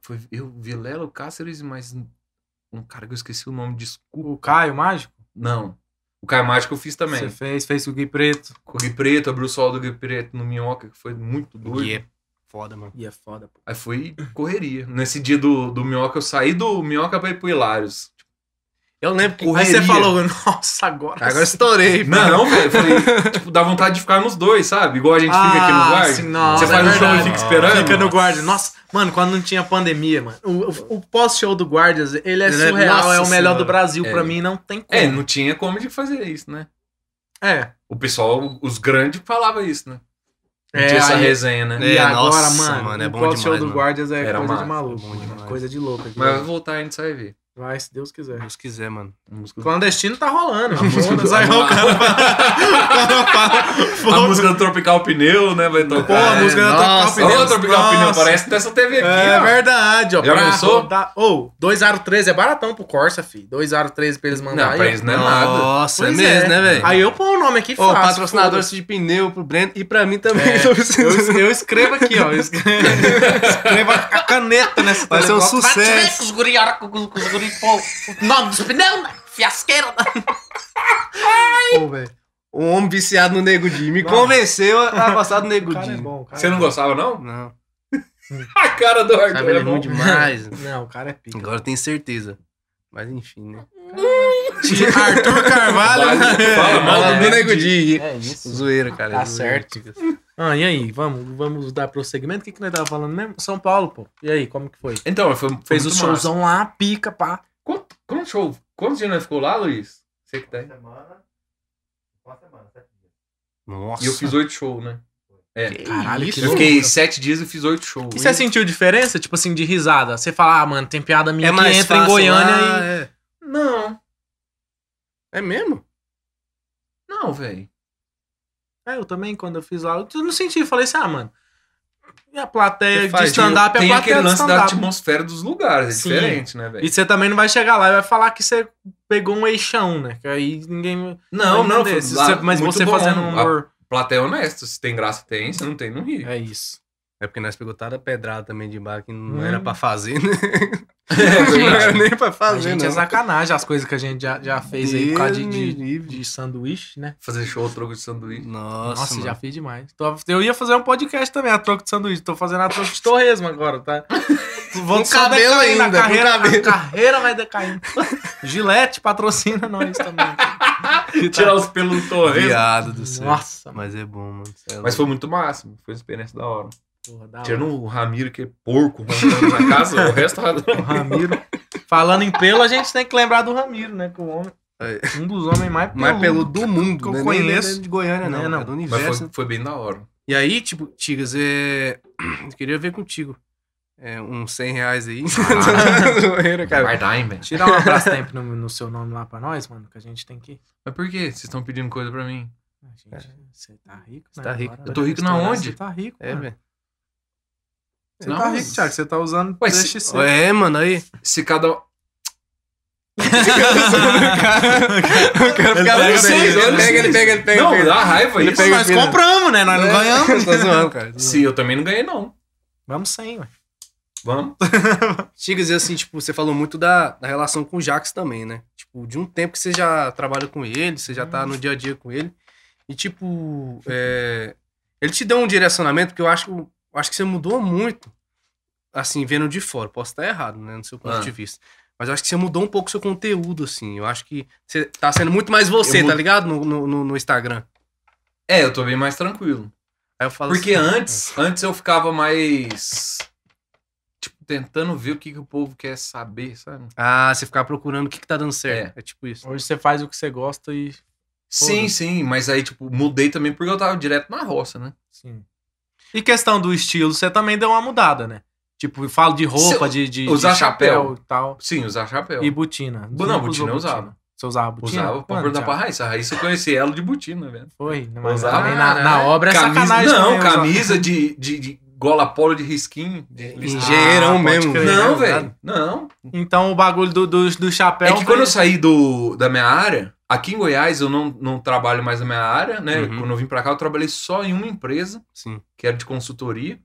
C: Foi eu, Vilela, o Cáceres, mas. Um cara que eu esqueci o nome, desculpa.
B: O Caio Mágico?
C: Não. O Caio Mágico eu fiz
B: Você
C: também.
B: fez, fez com o Gui Preto.
C: Com o Gui Preto, abriu o sol do Gui Preto no Minhoca, que foi muito doido.
A: E é foda, mano.
B: E é foda, pô.
C: Aí foi correria. Nesse dia do, do Minhoca, eu saí do Minhoca pra ir pro Hilários.
A: Eu lembro que.
B: Aí
C: Correria.
B: você falou, nossa, agora.
A: Agora estourei.
C: Não, não, velho. Falei, tipo, dá vontade de ficar nos dois, sabe? Igual a gente fica aqui no guard.
B: Ah, sim, nossa,
C: Você faz
B: é
C: um show e
B: verdade.
C: fica esperando.
B: Fica no guarda. Nossa, mano, quando não tinha pandemia, mano. O, o- o pós-show do Guardias, ele
A: Ele
B: é
A: é-
B: surreal,
A: nossa
B: é o melhor
A: senhora.
B: do Brasil.
C: É.
B: Pra mim, não tem
C: É,
B: como.
C: não tinha como de fazer isso, né?
B: É.
C: O pessoal, os grandes falavam isso, né? Não
B: É,
C: tinha essa
B: aí-
C: resenha, né?
B: e
A: É,
B: agora,
A: nossa,
B: mano,
A: mano,
B: o
A: é bom
B: pós-show
A: demais,
B: do
A: mano.
B: Guardias é
C: Era
B: coisa de
C: massa,
B: maluco,
A: bom
B: mano,
A: demais.
B: coisa de louco. aqui.
C: Mas vai voltar, a gente vai ver.
B: Vai, se Deus quiser.
A: Deus quiser, mano.
C: A música do,
B: Clandestino tá rolando.
C: a música do,
B: Foda-se, aí o cara
C: né? a música do Tropical Pneu, né? Vai
B: Pô, a
C: tocar.
B: música da
A: nossa,
B: Tropical
C: Ô,
B: Pneus.
C: Tropical Pneu,
B: Nossa.
C: parece dessa TV aqui,
B: É
C: ó.
B: verdade, ó.
C: Já
B: pra
C: pensou?
B: rodar- Ô, 203 é baratão pro Corsa, fi. 203 pra eles mandarem.
C: Não, pra eles não é nada.
A: Nossa, é
B: Pois
A: mesmo,
B: é.
A: né, velho?
B: Aí eu ponho o nome aqui
A: Ô,
B: fácil,
A: patrocinadores
B: foda-se.
A: de pneu pro Breno e pra mim também.
B: É,
A: tô precisando.
B: Eu, eu escrevo aqui, ó. Eu escrevo, escrevo a caneta nessa
A: Vai ser um
B: telecopa.
D: Vai te ver
A: sucesso.
D: com os guri, a hora que os, com os guri, pô, o nome dos pneus, né? Fiasqueira.
B: Pô, velho.
A: Um homem viciado no Nego Di. Me
B: Nossa.
A: convenceu a a passar do Nego
B: O cara é
A: Di.
B: bom, o cara
C: Você
B: é
C: não
B: bom.
C: gostava, não?
A: Não,
C: A cara do Arthur
A: sabe, ele
C: é
A: é ruim
C: bom.
A: demais.
B: Não, o cara é pica.
A: Agora eu tenho certeza. Mas enfim, né?
B: Arthur Carvalho.
C: Vale, fala mal
A: Fala
C: do
A: do
C: Nego
A: Nego Di.
B: É isso.
A: Zoeira, cara.
B: Tá
A: zoeira. assim.
B: Ah, e aí? Vamos, vamos dar prosseguimento? O que, que nós tava falando mesmo? São Paulo, pô. E aí, como que foi?
C: Então, foi, foi
B: Fez o
C: muito massa.
B: showzão lá, pica, pá.
C: Quanto, quanto show? Quantos dias nós ficou lá, Luiz? Você que tem.
A: Nossa.
C: E eu fiz oito shows, né?
A: Que
B: Caralho,
A: isso?
B: que
C: Eu fiquei sete dias e fiz oito shows.
B: E você sentiu diferença, tipo assim, de risada? Você fala, ah, mano, tem piada minha
A: É
B: que
A: mais
B: entra
A: fácil
B: em Goiânia
A: lá,
B: e...
A: é.
C: Não,
A: É mesmo?
C: não, velho.
B: É, eu também, quando eu fiz lá, eu não senti. Eu falei assim, ah, mano, e a plateia
A: Você
B: de
A: faz,
B: stand-up é a
C: Tem aquele
B: plateia de
C: lance da
B: stand-up.
C: atmosfera dos lugares, é
B: Sim.
C: diferente, né, velho?
B: E você também não vai chegar lá e vai falar que você pegou um eixão, né? Que aí ninguém...
C: Não, não, foi
B: entender. Se
C: lá,
B: um você- Mas
C: muito
B: você
C: bom.
B: fazendo
A: Ah.
B: um
C: A
B: humor...
C: plateia é honesta, se tem graça, tem, se não tem, não ri.
B: É isso.
A: É porque nós pegou tanta pedrada também de bar que não
B: Hum.
A: era pra fazer, né?
C: verdade.
A: não era nem pra
B: A
A: fazer,
B: gente é
A: não.
B: sacanagem as coisas que a gente já, já fez aí por causa de- de, de sanduíche, né?
C: Fazer show troco de sanduíche.
A: Nossa,
B: Nossa,
A: mano.
B: já fiz demais. Tô- eu ia fazer um podcast também, a troco de sanduíche. Tô fazendo a troco de torresmo agora, tá? Vou
A: Com
B: só
A: cabelo
B: decaindo,
A: ainda,
B: A
A: com
B: carreira,
A: cabelo.
B: a carreira vai decaindo. Gillette patrocina nós também.
C: Tirar os pelos do torresmo.
A: Viado do céu.
B: Nossa,
A: Mas é bom, mano. Cê é
C: Mas
A: louco.
C: foi muito máximo. Foi uma experiência da hora.
B: porra, da hora.
C: Tirando o Ramiro, que é porco, roncando na casa, o resto
B: O
C: é
B: Ramiro. Falando em pelo, a gente tem que lembrar do Ramiro, né? Que o homem.
A: É.
B: Um dos homens mais peludos.
A: mais peludo do mundo.
B: que eu
A: né? Nem
B: conheço.
A: é de Goiânia, não.
B: Não é, não.
A: É do
C: Mas
A: universo.
C: foi, foi bem da hora.
A: E aí, tipo, Tigas, é... eu queria ver contigo. É, uns 100 reais aí. Ah. Zoeira, cara.
C: Vai dar, hein, velho?
B: Tirar um abraço tempo no, no seu nome lá pra nós, mano, que a gente tem que.
C: Mas por que vocês estão pedindo coisa pra mim?
B: A gente- Você tá rico,
A: É. Você
B: né,
A: tá rico.
B: agora?
C: Eu tô rico na
B: Restaurar,
C: onde?
B: Você tá rico.
A: É,
B: mano.
A: velho.
B: Você
C: Não,
B: tá
C: mas-
B: rico, Thiago. Você tá usando
C: Ué, se-
B: TXC.
A: É, mano, aí. um-
C: Se cada.
A: O cara
B: Ele
A: fica
B: pega,
A: pensando,
B: ele pega,
A: ele pega, ele pega, ele pega.
C: não,
A: ele pega.
C: dá raiva
A: Ele
C: isso.
A: pega-
B: Nós
A: pena.
B: compramos, né? Nós
A: É.
B: não ganhamos.
A: Tô zoando, cara. tô zoando.
C: Se eu também não ganhei, não.
B: Vamos sem, ué.
C: Vamos.
A: Tigas, e assim, tipo, você falou muito da, da relação com o Jax também, né? Tipo, de um tempo que você já trabalha com ele, você já
C: Uhum.
A: tá no dia a dia com ele. E, tipo, é, ele te deu um direcionamento que eu acho, eu acho que você mudou muito, assim, vendo de fora. Posso estar errado, né, no seu ponto
C: Ah.
A: de vista. Mas eu acho que você mudou um pouco o seu conteúdo, assim. Eu acho que você tá sendo muito mais você,
C: Eu
A: tá
C: mu-
A: ligado? No, no, no- no Instagram.
C: É, eu tô bem mais tranquilo.
A: Aí eu falo
C: Porque
A: assim,
C: antes, antes eu ficava mais. Tipo, tentando ver o que, que o povo quer saber, sabe?
A: Ah, você ficar procurando o que, que tá dando certo. É, tipo isso.
B: Hoje você faz o que você gosta e.
C: Sim, sim, mas aí, tipo, mudei também porque eu tava direto na roça, né?
B: Sim. E questão do estilo, você também deu uma mudada, né? Tipo, eu falo de roupa, de, de,
C: usar
B: de
C: chapéu.
B: e tal.
C: Sim, usar chapéu.
B: E botina.
C: Não,
B: Nunca
C: botina
B: usou
C: eu usava.
B: Você usava botina?
C: Usava pra
B: Quando,
C: perguntar pra
B: Thiago?
C: Raíssa. A Raíssa eu conheci ela de botina, velho.
B: Foi, mas
C: Usava.
B: também na, na obra é
C: camisa,
B: sacanagem.
C: Não,
B: também usar.
C: camisa de, de, de gola polo de risquinho. de listra.
A: Engenheirão
B: Ah, pode
A: mesmo.
B: crer.
C: não,
A: né?
C: velho. Não.
B: Então o bagulho do, do, do chapéu.
C: É que quando eu saí do, da minha área, aqui em Goiás eu não, não trabalho mais na minha área, né?
A: Uhum.
C: Quando eu vim pra cá, eu trabalhei só em uma empresa,
A: Sim.
C: que era de consultoria.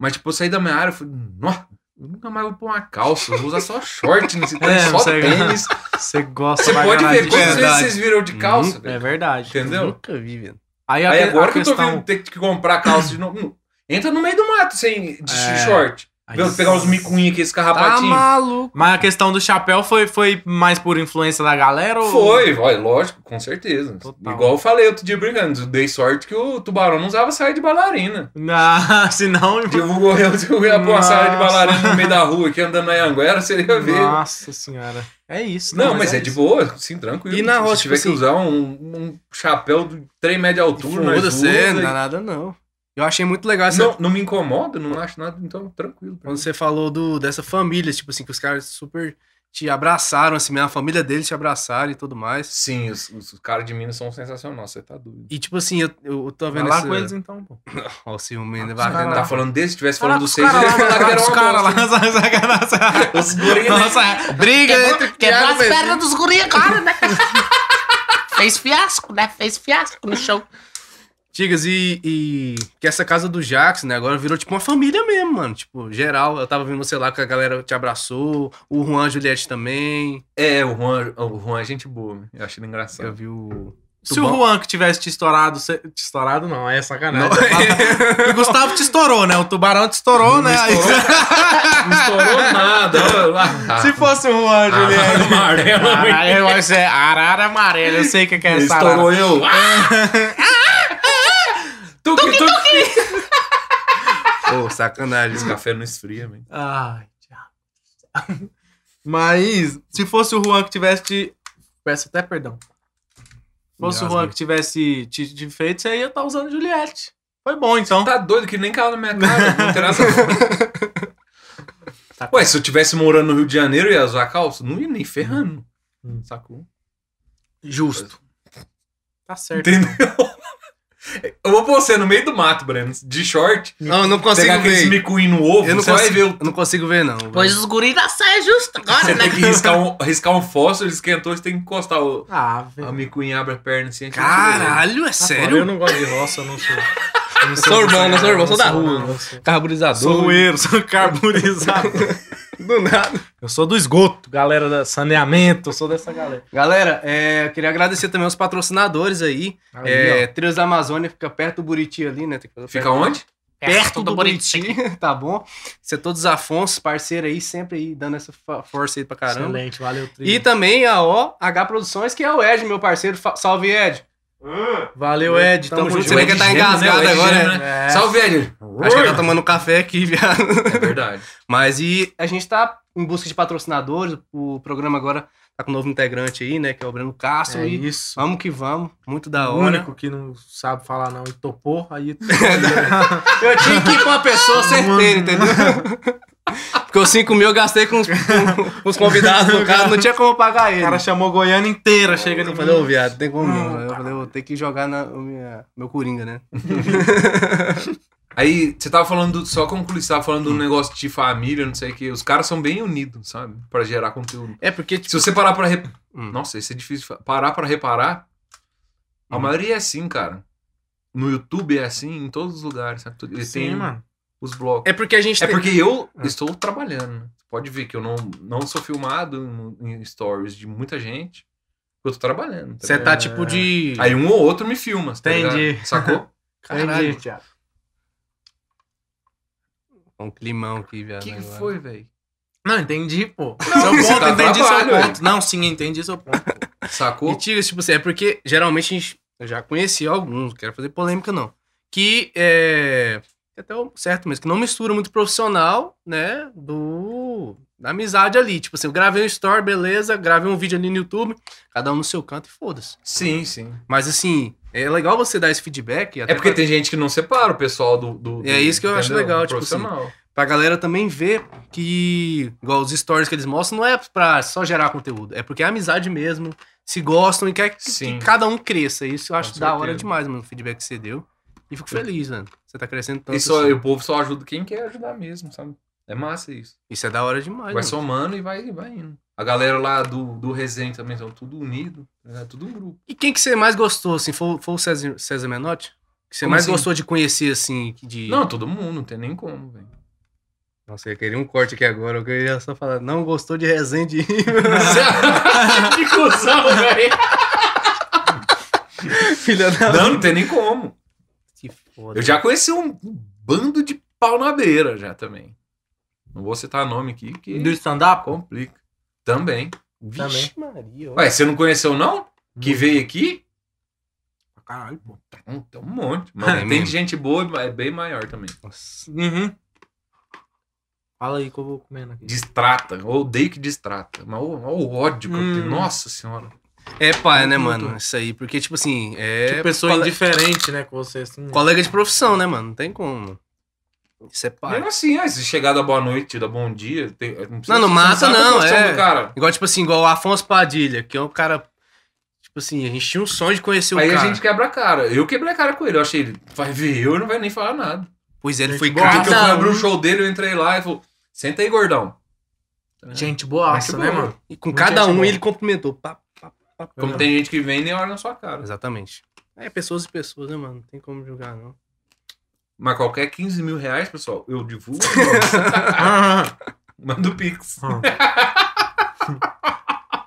C: Mas, tipo, eu saí da minha área, eu falei, nossa, eu nunca mais vou pôr uma calça, eu vou usar só short nesse trem,
B: É,
C: só
B: você-
C: tênis.
B: Você gosta
C: Você
B: pra
C: pode
B: caralho
C: ver
B: de
C: quantas
B: chapéu.
C: vezes
A: verdade.
C: vocês viram de calça, velho.
B: É verdade.
C: Entendeu?
A: Nunca vi, velho.
B: Aí,
C: Aí
B: a,
C: agora
B: a
C: que eu tô
B: questão-
C: vendo ter que comprar calça de novo. hum, Entra no meio do mato sem de
B: É.
C: short.
B: Aí-
C: Vê, pegar uns micuinhos aqui, esse
A: Tá
C: carrapatinho.
A: maluco.
B: Mas a questão do chapéu foi, foi mais por influência da galera? Ou...
C: Foi, olha, lógico, com certeza.
B: Total.
C: Igual eu falei outro dia brincando, dei sorte que o tubarão não usava saia de bailarina.
B: Não, senão.
C: Se eu correr, se eu ia pôr uma saia de
B: Nossa.
C: bailarina no meio da rua aqui andando na Anguera, seria ver.
B: Nossa senhora. É isso.
C: Não, mas é de
B: isso.
C: boa, sim, tranquilo.
A: E na roça,
C: Se tiver
A: tipo
C: que usar um, um chapéu de 3 metros de altura, nós
A: Foda-se, é, não
C: usa.
A: dá nada não. Eu achei muito legal essa,
C: não, não me incomoda, não acho nada, então tranquilo.
A: quando você falou do, dessa família, tipo assim, que os caras super te abraçaram, assim, mesmo, a família deles te abraçaram e tudo mais.
C: Sim, os, os caras de Minas são sensaciononais, você tá doido.
A: E tipo assim, eu, eu tô
B: Vai
A: vendo
B: lá
A: essa...
B: com eles então, pô.
A: Ó, o ciúme, né?
B: com os
A: batendo
B: caras
A: na-
C: Tá falando desse, se tivesse falando dos seis,
B: Cara,
C: ele ia
B: lá,
C: falar que era
B: os
C: uma
B: caras lá,
C: bosta.
B: sacanagem.
C: Os guri, né?
B: Nossa, briga entre.
D: Quebrou, quebrou
A: Thiago
D: as
A: mesmo.
D: pernas dos guri agora, né? Fez fiasco, né? Fez fiasco no show.
A: Tigas, e, e que essa casa do Jax, né, agora virou tipo uma família mesmo, mano. Tipo, geral, eu tava vendo você lá que a galera te abraçou, o Juan a Juliette também,
C: É, o Juan, o Juan é gente boa, né? eu acho ele
A: eu
C: engraçado.
A: vi o...
B: Se o
A: Tubão.
B: Juan que tivesse te estourado, você- te estourado não, é sacanagem.
A: Não.
B: O Gustavo te estourou, né? O tubarão te estourou, né? Aí-
C: Não estourou nada.
B: Se fosse o Juan, Juliano.
C: Ah,
B: Ah,
C: amarelo.
B: Caralho, vai ser é arara amarela. Eu sei o que que é
C: Ele
B: essa arara.
C: estourou eu. Tuque, tuque.
A: Pô, sacanagem.
C: Esse café não esfria, velho.
B: Ai, diabo. Mas, se fosse o Juan que tivesse te... Peço até perdão. Se fosse o
A: Engasguei.
B: Juan que tivesse te, te feito, você ia estar usando Juliette. Foi bom, então.
C: Tá doido que nem caiu na minha cara. Não tem nada a
B: Tá
C: ver. Ué, se eu tivesse morando no Rio de Janeiro, eu ia usar calça? Não ia nem ferrando.
B: Hum.
C: Sacou?
B: Justo. Tá certo.
C: Entendeu? Eu vou pôr você no meio do mato, Breno, de short,
A: Não, eu não consigo
C: pegar aqueles
A: ver.
C: micuinho no ovo,
A: Eu não,
C: você vai
A: consigo,
C: ver o
A: eu não consigo ver, não. velho.
D: Pois os guri da saia justa agora,
C: Você
D: né?
C: tem que riscar um, riscar um fósforo, ele esquentou, você tem que encostar o.
B: Ah,
C: A
B: velho. Tá
C: micuinha abre a perna assim. aqui,
A: Caralho, é
B: Eu
A: sério?
B: não gosto de roça, eu não sou. Eu não
A: sou urbano, eu sou urbano, sou da rua.
B: não, eu sou.
A: Carburizador.
B: Sou roeiro, sou carburizado.
A: Do nada.
B: Eu sou do esgoto, galera da saneamento, eu sou dessa galera.
A: Galera, é, eu queria agradecer também aos patrocinadores aí.
B: Ali,
A: é, Trilhas da Amazônia fica perto do Buriti ali, né? Tem que fazer
C: Fica onde?
A: perto do
D: bonitinho.
A: bonitinho, tá bom? Você é todos Afonso, parceiro aí, sempre aí dando essa fa- força aí pra caramba.
B: Excelente, valeu, Tri.
A: E também a OH Produções, que é o Ed, meu parceiro. Fa- Salve, Ed.
B: Valeu, Ed. Tamo,
A: Tamo junto.
B: junto.
A: Você vê que tá
C: Gêmeo,
A: engasgado
C: né? O Ed
A: agora,
C: Gêmeo, né?
B: É.
C: Salve, Ed.
A: Acho que ele tá tomando café aqui, viado.
C: É verdade.
A: Mas e a gente tá em busca de patrocinadores. O programa agora tá com um novo integrante aí, né? Que é o Breno Castro.
B: É
A: e
B: isso.
A: vamos que vamos. Muito da
B: O
A: hora.
B: único que não sabe falar não e topou, aí... né?
A: Eu tinha que ir com uma pessoa certeira,
B: Mano.
A: entendeu? Porque os 5 mil eu gastei com os, com os convidados, no caso, não tinha como pagar
B: o
A: ele.
B: cara chamou Goiânia inteira, chega um
A: eu
B: no
A: falei, ô viado, não tem como não. Eu falei, eu vou ter que jogar na, o minha- meu coringa, né?
C: Aí, você tava falando, do, só concluir, você tava falando do negócio de família, não sei o que. Os caras são bem unidos, sabe? Pra gerar conteúdo.
A: É porque,
C: Se você parar pra. Re...
A: Hum.
C: Nossa, isso é difícil. de fa- Parar pra reparar. A
A: Hum.
C: maioria é assim, cara. No YouTube é assim, em todos os lugares, sabe? Tudo- Eles
B: Sim,
C: têm
B: mano.
C: os blocos.
A: É porque a gente
C: É
A: tem-
C: porque eu estou trabalhando. né? Pode ver que eu não, não sou filmado no- em stories de muita gente. Eu tô trabalhando. tá
A: Você
C: ligado?
A: tá tipo de.
C: Aí um ou outro me filma, tá
B: Entendi.
C: ligado? Sacou?
A: Caralho.
B: Entendi, Thiago.
A: Um climão aqui,
C: O
A: viado.
C: que, que
A: agora.
C: foi, velho?
B: Não, entendi, pô. seu ponto,
C: tá
B: entendi
C: trabalho,
B: seu
C: ué.
B: ponto. Não, sim, entendi seu ponto. pô.
C: Sacou?
A: Mentira, tipo assim, é porque geralmente a gente. Eu já conheci alguns, não quero fazer polêmica, não. Que é. é Até o certo mesmo, que não mistura muito profissional, né? Do. Da amizade ali. Tipo assim, eu gravei um story, beleza, gravei um vídeo ali no YouTube, cada um no seu canto e foda-se.
C: Sim, sim.
A: Mas assim, é legal você dar esse feedback. até
C: É porque
A: pra,
C: tem gente que não separa o pessoal do. do-
A: É
C: do-
A: isso que eu acho legal,
C: Do
A: tipo assim.
C: profissional.
A: pra galera também ver que. Igual os stories que eles mostram, não é pra só gerar conteúdo. É porque é amizade mesmo. Se gostam e quer que,
C: Sim.
A: que cada um cresça. Isso eu acho
C: Com
A: da hora
C: certeza.
A: demais, mano, o feedback que você deu. E fico feliz, mano. Você tá crescendo tanto.
C: E só-
A: assim.
C: o povo só ajuda quem quer ajudar mesmo, sabe? É massa isso.
A: Isso é da hora demais,
C: Vai
A: mano.
C: somando e vai, vai indo. A galera lá do, do Resenha também são tudo unido, é tudo um grupo.
A: E quem que você mais gostou, assim? Foi, foi o César, César Menotti? Que você
C: Como
A: mais
C: assim?
A: gostou de conhecer, assim, de...
C: Não, todo mundo, não tem nem como, velho.
A: Nossa, eu queria um corte aqui agora. Eu queria só falar, não gostou de Resende.
C: que cuzão, velho.
A: Filha da...
C: Não, não tem nem como.
A: Que foda.
C: Eu já conheci um bando de pau na beira já também. Não vou citar nome aqui,
B: Do
C: que
B: stand-up?
C: complica. Também.
A: Vixe Maria. ó.
C: Ué, você não conheceu não? Que veio aqui?
B: Caralho, pô.
C: Hum, Tem um monte. Mano,
A: É
C: tem
A: mesmo.
C: de gente boa, mas é bem maior também.
A: Nossa.
B: Uhum. Fala aí que eu vou comendo aqui.
C: Distrata. Eu odeio que distrata. Mas olha o ódio que eu tenho.
B: Hum.
C: Nossa senhora.
A: É pai, né,
B: Muito,
A: mano?
B: muito.
A: Isso aí. Porque, tipo assim, é...
B: Tipo, pessoa
A: cole-
B: indiferente, né, com você, assim.
A: Colega de profissão, né, mano? Não tem como. Isso é pai.
C: Mesmo assim, ah, se chegar da boa noite, da bom dia. Tem, não, precisa-
A: Não, não
C: você
A: mata,
C: sabe a
A: não,
C: profissão
A: é.
C: do cara.
A: Igual, tipo assim, igual o Afonso Padilha, que é um cara... Tipo assim, a gente tinha um sonho de conhecer o
C: Aí
A: cara.
C: a gente quebra a cara. Eu quebrei a cara com ele. Eu achei ele, vai ver eu e não vai nem falar nada.
A: Pois é, ele
B: Gente
A: foi
B: boa.
C: Porque que eu fui
A: cada
C: abrir
A: um,
C: o show dele, eu entrei lá e falou: senta aí, gordão.
B: Gente boaça,
C: Gente
B: né,
C: boa.
B: mano?
A: e com
B: Muito
A: cada
B: gente
A: um
B: boa.
A: ele cumprimentou. Pá, pá, pá, pá.
C: Como
B: É.
C: tem gente que vem e nem olha na sua cara.
A: Exatamente. É, pessoas e pessoas, né, mano? Não tem como julgar, não.
C: Mas qualquer 15 mil reais, pessoal, eu divulgo.
B: Ah,
C: Manda o Pix.
B: ah.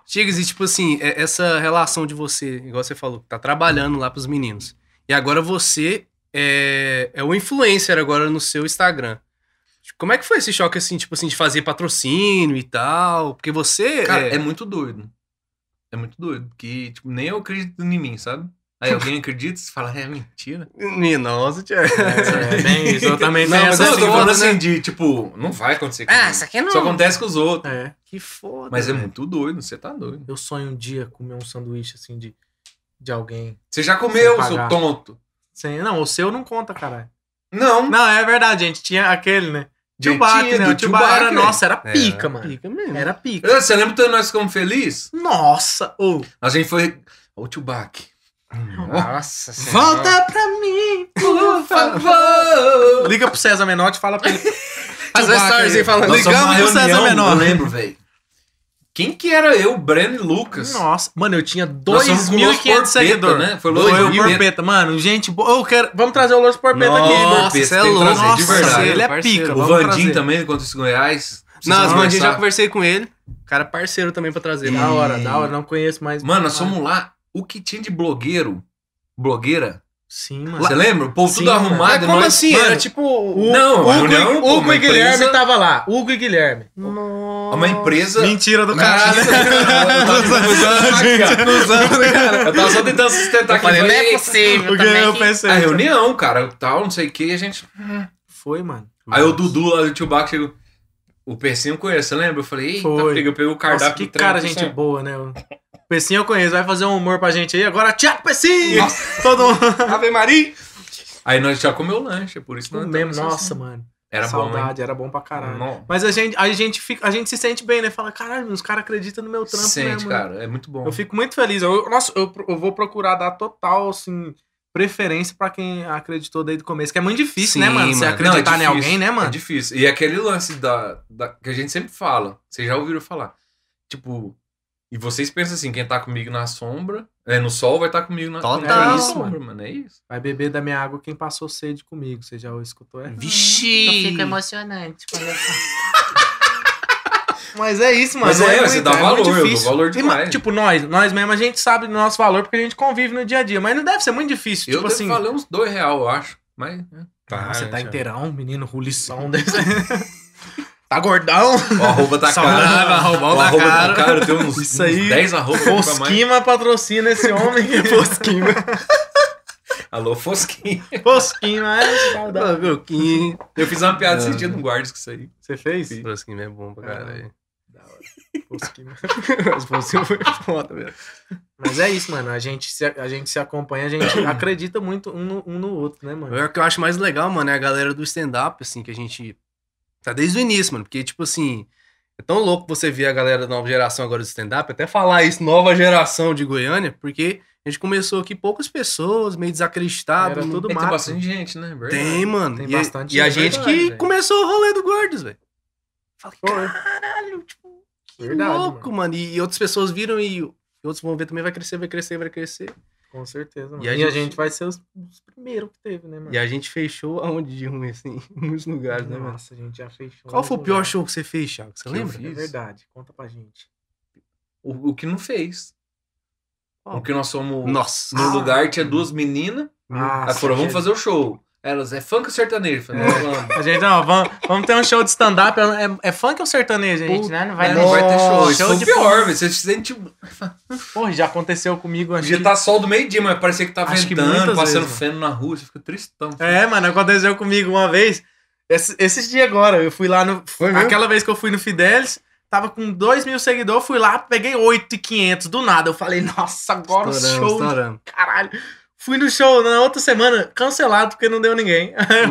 A: Chiggs, e tipo assim, é- essa relação de você, igual você falou, que tá trabalhando lá pros meninos. E agora você é, é o influencer agora no seu Instagram. Tipo, Como é que foi esse choque, assim, tipo assim, de fazer patrocínio e tal? Porque você.
C: Cara,
A: é-
C: é muito doido. É muito doido. Porque, tipo, nem eu acredito em mim, sabe? Aí alguém acredita e fala, é mentira.
A: Ih, Nossa, tia.
B: É, bem isso. Eu também
A: Não,
B: tenho
A: mas
C: não,
B: essa
C: eu tô falando
B: foda,
C: assim de, tipo, não vai acontecer comigo.
A: Ah, aqui
C: Só acontece com os outros.
B: né? É.
A: Que foda.
C: Mas é
A: velho.
C: muito doido, você tá doido.
B: Eu sonho um dia comer um sanduíche assim de, de alguém.
C: Você já comeu,
B: Sem
C: seu
B: pagar.
C: tonto.
B: Sem- não, o seu não conta, caralho.
C: Não,
B: Não, é verdade, gente. Tinha aquele, né?
C: Gente,
B: Chewbacca, né?
C: do
B: O Chewbacca era,
C: Chewbacca.
B: nossa, era
A: É,
B: pica, mano.
A: Pica mesmo.
B: Era pica.
C: Você lembra quando nós ficamos felizes?
B: Nossa, ô.
C: A gente foi. Ô, Hum. Tubac.
A: Nossa
B: volta pra mim, por favor. Liga pro César Menotti e fala pra ele.
A: Faz um
B: Chewbacca
C: assim,
A: storyzinho
B: aí.
A: falando.
C: Nós fomos numa
B: Ligamos pro César
C: reunião,
B: Menor.
C: Eu lembro, velho. Quem que era eu, Breno e Lucas?
B: Nossa, mano, eu tinha
C: Nós somos com o Los
B: 2.500
C: Porpeta,
B: seguidores.
C: né? Foi
B: Foi
C: o
B: o
C: Los Porpeta.
B: Porpeta, mano. Gente, boa. eu quero... Vamos trazer o Los Porpeta aqui.
C: Nossa,
A: Nossa, você é
C: tem que
A: louco.
C: trazer, de
A: Nossa,
C: verdade.
A: ele é
B: Parceiro,
A: pica.
C: O
A: vamos
C: Vandinho
A: trazer.
C: também, contra os Goiás.
A: Não, os
C: Vocês vão
A: Vandinho já
C: conversar.
A: conversei com ele. Cara, parceiro também pra trazer.
C: E-
A: mano.
B: Da hora, da hora. Não conheço mais.
C: Mano, nós fomos lá. O que tinha de blogueiro, blogueira,
B: Sim, mano.
C: Você lembra? O povo
B: Sim,
C: tudo
B: mano.
C: arrumado.
A: Mas como
C: nós-
A: assim?
C: Mano,
A: Era tipo. o-
B: O-
C: Não,
B: Hugo,
C: a reunião,
B: e-
C: pô,
B: Hugo
C: uma
B: e Guilherme
C: empresa-
B: tava lá. Hugo e Guilherme.
C: Uma empresa.
B: Mentira do
C: Caralho,
B: caralho.
C: eu tava tentando usar, cara. Eu tava só tentando sustentar
D: Eu
C: aqui.
D: falei, não
C: Falei,
D: é possível
B: Porque
D: também
B: eu
D: que-
B: pensei.
C: A reunião, cara, tal, não sei o que, a gente.
B: Foi, mano.
C: Aí o Dudu lá do tio Baco chegou. O Percinho eu conheço, você lembra? Eu falei, eita,
B: Foi.
C: pega, eu peguei o cardápio
B: Nossa, que
C: do trem,
B: cara,
C: assim,
B: gente boa, né? O Pecinho eu conheço, vai fazer um humor pra gente aí. Agora, Tiago Pecinho! Todo mundo.
A: Ave Maria!
C: Aí nós já comeu lanche, é por isso nós
B: mesmo,
C: tava
B: nossa,
C: assim.
B: mano.
C: Era bom, hein?
B: Saudade, era bom pra caralho.
C: Não.
B: Mas a gente, a, gente fica, a gente se sente bem, né? Fala, caralho, os caras acreditam no meu trampo
C: Sente,
B: mesmo. né?"
C: cara, é muito bom.
B: Eu fico muito feliz. Eu, nossa, eu, pro- eu vou procurar dar total, assim, preferência pra quem acreditou desde o começo. Que é muito difícil,
A: Sim,
B: né, mano? Você
A: mano.
C: Não, é
B: acreditar em
C: difícil,
B: alguém, né,
C: É
B: mano?
C: difícil. E aquele lance da, da- que a gente sempre fala, vocês já ouviram falar. Tipo, e vocês pensam assim, quem tá comigo na sombra, é, no sol vai estar comigo na,
A: Total.
C: na sombra, mano, é isso.
B: Vai beber da minha água quem passou sede comigo. Você já escutou É. essa?
D: Eu
A: Vixe!
D: fico emocionante. quando eu falo.
B: Mas é isso, mano.
C: Mas é, você
B: muito,
C: dá valor,
B: muito
C: eu dou
B: difícil.
C: valor
B: E, mano,
C: demais.
B: tipo, nós, nós mesmo, a gente sabe do nosso valor porque a gente convive no dia a dia. Mas não deve ser muito difícil.
C: Eu
B: tipo
C: devo
B: assim.
C: valer uns dois real, eu acho. Mas. né?
B: "Ah, você tá
A: inteiro.
B: inteirão, menino rulição. desse." tá gordão.
C: O arroba tá
B: Saudável,
C: caro.
B: arrobão
C: O
B: tá
C: arroba
B: caro.
C: tá caro. Tem uns,
B: Isso
C: uns
B: aí.
C: 10 arroba pra mais.
B: Fosquima patrocina esse homem. Fosquima.
C: Alô, Fosquinha.
B: Fosquima, é saudável.
A: Fosquinho.
C: Eu fiz uma piada
B: É.
C: esse dia no Guardas que isso aí.
B: Você fez?
A: é bom pra caralho.
B: Fosquima.
A: Mas você foi foda, velho.
B: Mas é isso, mano. A gente se, a gente se acompanha, a gente acredita muito um no, um no outro, né, mano?
A: É O que eu acho mais legal, mano, é a galera do stand-up, assim, que a gente tá desde o início, mano. Porque, tipo assim, é tão louco você ver a galera da nova geração agora do stand-up, até falar isso, nova geração de Goiânia, porque a gente começou aqui poucas pessoas, meio desacreditado.
B: Era
A: não-
B: tudo
C: Tem
B: mato.
C: bastante gente, né? Verdade.
A: Tem, mano.
B: Tem
A: e, é,
B: bastante
A: e a
B: gente,
A: gente
B: verdade,
A: que
B: velho.
A: começou o rolê do Gordos, velho. Falei,
B: Foi.
A: caralho, tipo, que
B: Verdade,
A: louco, mano. E, outras pessoas viram e, e outros vão ver também, vai crescer, vai crescer, vai crescer.
B: Com certeza, mano.
A: E
B: E
A: a
B: a,
A: gente-
B: gente... vai ser os, os primeiros que teve, né, mano?
A: E a gente fechou aonde de ruim, assim, em muitos lugares, né, mano?
B: Nossa, a gente já fechou.
A: Qual foi o
B: um
A: pior
B: lugar.
A: show que você fez, Thiago? Você
C: Que eu
A: lembra?
C: fiz?
B: É verdade, conta pra gente.
C: O, o que não fez.
A: Ó.
C: O que nós somos.
A: Nossa.
C: No lugar tinha duas meninas.
B: Ah,
C: Elas foram,
B: sim,
C: vamos fazer o show. Elas, é funk ou sertanejo? Falei, não, vamos.
B: A gente, não, vamos, vamos ter um show de stand-up. É, é funk ou sertanejo, gente?
D: Gente, né? Não vai
C: Mas
D: dar
C: Não vai ter show. Isso
B: show
C: foi o
B: de
C: pior, velho. Você se sente.
B: Porra, já aconteceu comigo. Acho
C: Já
B: que-
C: tá sol do meio-dia, mas parecia que tá
B: Acho que
C: ventando,
B: muitas
C: passando
B: vezes,
C: feno na rua. Você fica tristão.
B: É, mano, aconteceu comigo uma vez. Esse- esses dias agora, eu fui lá no.
C: Uhum.
A: Foi mesmo?
B: aquela vez que eu fui no Fidelis, tava com 2 mil seguidores, fui lá, peguei 8,500 do nada. Eu falei, nossa, agora o
A: Estouramos,
B: show do
A: estouramos.
B: caralho. Fui no show na outra semana, cancelado porque não deu ninguém.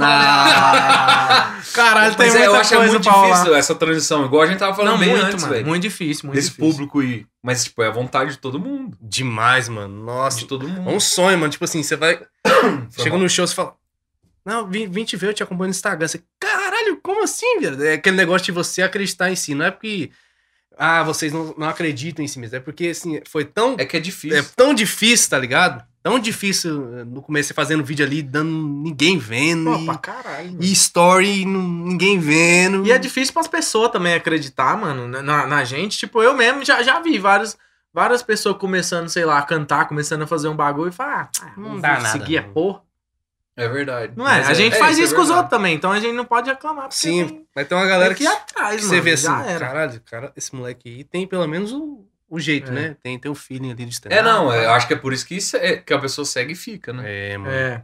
A: Na-
B: Caralho, tem
C: Mas é,
B: muita
C: eu acho que é
B: coisa
C: muito
B: pra rolar.
C: difícil essa transição. Igual a gente tava falando
B: Não,
C: bem
B: muito,
C: antes,
B: mano.
C: velho.
B: Muito difícil, muito
C: desse
B: difícil.
C: público aí. Mas, tipo, é a vontade de todo mundo.
A: Demais, mano. Nossa.
C: De todo
A: É
C: mundo.
A: um sonho, mano. Tipo assim, você vai.
C: Foi
A: Chega
C: mal.
A: no show, você fala. Não, vim, vim te ver, eu te acompanho no Instagram. Você, caralho, como assim, velho? É aquele negócio de você acreditar em si. Não é porque. Ah, vocês não, não acreditam em si mesmo. É porque, assim, foi tão.
C: É que é difícil.
A: É tão difícil, tá ligado? Tão difícil eh, no começo, você fazendo vídeo ali, dando ninguém vendo.
B: Pô,
A: e-
B: pra caralho. mano.
A: e, story, não- ninguém vendo.
B: E é difícil pras pessoas também acreditar, mano, na- na, na gente. Tipo, eu mesmo já, já vi vários, várias pessoas começando, sei lá, a cantar, começando a fazer um bagulho e falar, ah,
A: Não
B: não
A: dá
B: dá
A: nada,
B: seguir é
A: não.
B: porra.
C: É verdade.
B: Não é?
C: Mas
B: a gente faz isso,
C: é
B: com os
C: verdade.
B: outros também, então a gente não pode reclamar. porque
A: Sim,
B: tem-
A: mas tem uma galera que,
B: tem É que ir atrás,
A: que
B: mano.
A: você vê assim,
B: já era.
A: caralho, cara, esse moleque aí tem pelo menos o, o jeito,
B: É.
A: né? Tem, tem o feeling ali de
B: né?
A: stand
C: É, não. é, eu acho que é por isso que, isso é- que a pessoa segue e fica, né?
A: É, mano.
B: É.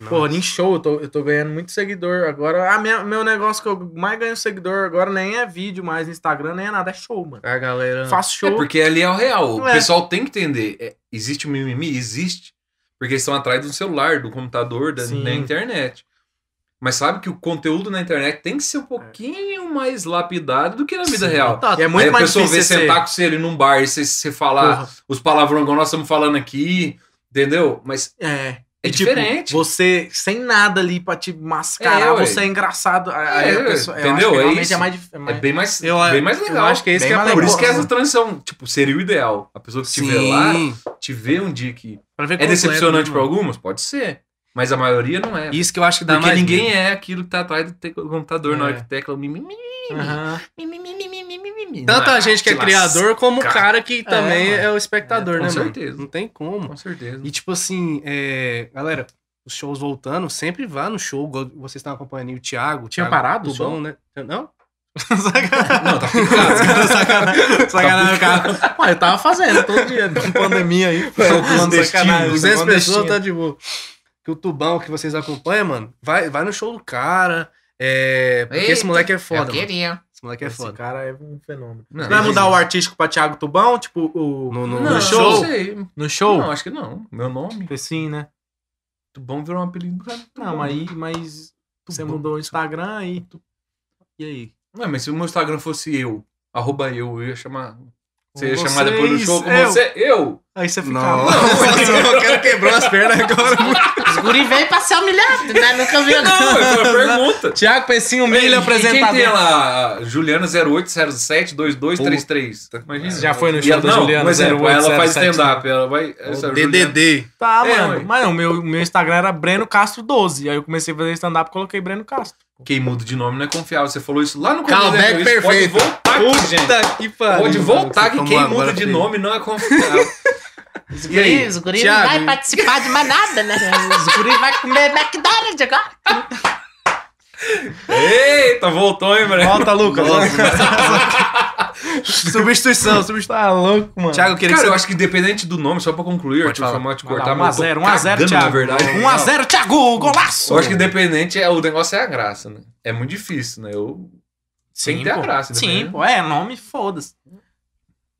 A: Nossa.
B: Pô, nem show, eu tô, eu tô ganhando muito seguidor agora. Ah, minha- meu negócio que eu mais ganho seguidor agora nem é vídeo mais no Instagram, nem é nada, é show, mano.
A: A galera.
B: Faço
C: É
B: show.
C: porque ali é o real. O
B: Não é.
C: pessoal tem que entender. É, existe o mimimi? Existe. Porque eles estão atrás do celular, do computador, da,
B: Sim.
C: da internet. Mas sabe que o conteúdo na internet tem que ser um pouquinho mais lapidado do que na vida
B: Sim.
C: real.
A: Tá,
B: E é
C: Aí
B: muito
C: a
B: mais
C: pessoa
B: difícil
C: vê
B: você ser-
C: sentar com você ali num bar e você, você falar
B: Porra.
C: os palavrões igual nós estamos falando aqui, entendeu? Mas
B: É.
C: é
B: E, tipo,
C: diferente.
B: você sem nada ali pra te mascarar,
C: É, ué.
B: você é engraçado. Aí
C: É,
B: a pessoa, eu
C: entendeu?
B: acho que
C: É
B: realmente
C: isso.
B: é mais dif- é
C: É
B: mais-
C: bem mais,
A: Eu-
C: bem mais legal.
A: Eu acho que é isso
B: Bem
A: que é a
B: mais
C: Por isso que
A: proposta,
C: essa
A: né?
C: transição, tipo, seria o ideal. A pessoa que estiver lá,
A: Sim,
C: te vê um dia que...
A: pra ver
C: É
A: completo,
C: decepcionante
A: né,
C: pra
A: mano?
C: algumas? Pode ser. Mas a maioria não é.
A: Isso que eu acho que dá
C: Porque
A: mais
C: ninguém
A: medo.
C: é aquilo que tá atrás do tec- computador na hora
B: É.
C: que tecla. Mimimi,
B: Aham.
C: mimimi, mimimi, mimimi.
A: Tanto
C: Não
A: a gente que é
C: te
A: criador, como o
C: lascar.
A: cara que também
C: mano.
A: é, o espectador,
C: É, com
A: né,
C: certeza.
A: mano? Não tem
C: lasca,
A: como.
C: Com certeza.
A: E tipo assim, é, galera, os shows voltando, sempre vá no show, igual vocês estão acompanhando aí, o Thiago. o
B: Tinha
A: Thiago
B: parado o
A: Tubão,
B: show?
A: né? Não?
B: Sacanagem.
C: Não, tá ficando.
B: Sacanagem. Sacanagem, cara. Ué, eu tava fazendo todo dia, né? com pandemia aí.
C: clandestino,
B: Sacanagem,
A: 200 pessoas
B: clandestino.
A: tá de boa. Que o Tubão que vocês acompanham, mano, vai, vai no show do cara. É, porque esse
D: Eita,
A: moleque é foda,
D: Eu
A: mano.
D: queria.
A: Esse moleque é
B: Esse
A: foda.
B: cara é um fenômeno.
C: Não,
B: Você vai mudar o artístico pra Thiago Tubão? Tipo, o...
A: No, no-
C: Não,
A: no
C: não
A: show.
B: show?
C: sei.
B: no show?
C: Não, acho que não. Meu nome.
B: Sim, né?
C: Tubão virou um apelido do cara.
B: Não, mas, aí- mas você
C: Tubão.
B: mudou o Instagram e... E aí?
C: Não, mas se o meu Instagram fosse eu, arroba eu, eu ia chamar. Você ia
B: Com
C: chamar depois do show como
B: eu.
C: você? Eu?
B: Aí você fica...
A: Não, eu quero quebrar as pernas agora.
D: Os guri veio pra ser humilhado, né? Nunca viu.
C: Não, é uma pergunta.
B: Tiago Pecinho, meio
C: E Quem tem
B: apresentador.
C: lá? Juliana 0807 2233. Imagina.
B: Você Tá, já foi no
C: É, E
B: show
C: ela,
B: da
C: não,
B: Juliana?
C: por exemplo,
B: 08,
C: ela faz
B: 07.
C: stand-up, ela vai... essa Juliana-
A: DDD.
B: Tá,
C: É,
B: mano.
C: ué.
B: Mas não, meu, meu Instagram era Breno Castro 12. Aí eu comecei a fazer stand-up e coloquei Breno Castro.
C: Quem muda de nome não é confiável. Você falou isso lá no
B: é
A: Callback
C: né, Luiz?
A: perfeito.
C: Pode voltar, aqui, gente.
A: Puta que
B: Tá,
A: pariu.
C: Pode voltar que
A: Vamos
C: quem
A: lá,
C: muda
A: bora,
C: de
A: filho.
C: nome não é confiável.
D: Os
B: é
C: E aí?
D: guri, os guri não
A: Thiago?
D: vai participar de mais nada, né? Os guri vai comer McDonald's agora.
C: Eita, voltou, hein, Breno?
B: Volta, Lucas.
A: Nossa,
B: substituição, substituição. Tá louco, mano.
A: Thiago, eu queria
C: Cara,
A: que
C: eu
A: você...
C: acho que dependente do nome, só pra concluir,
A: Pode
C: Arthur,
A: falar.
C: foi mal te
B: Vai lá,
C: cortar,
B: 1
C: mas eu tô
B: a 0, 1 a 0,
C: cagando, na
B: Thiago.
C: verdade.
B: 1x0, Thiago, golaço.
C: Eu acho que dependente é o negócio é a graça, né? É muito difícil, né? Eu... tem que ter a
B: pô.
C: graça também,
B: Sim,
C: né?
B: pô. É, nome, foda-se.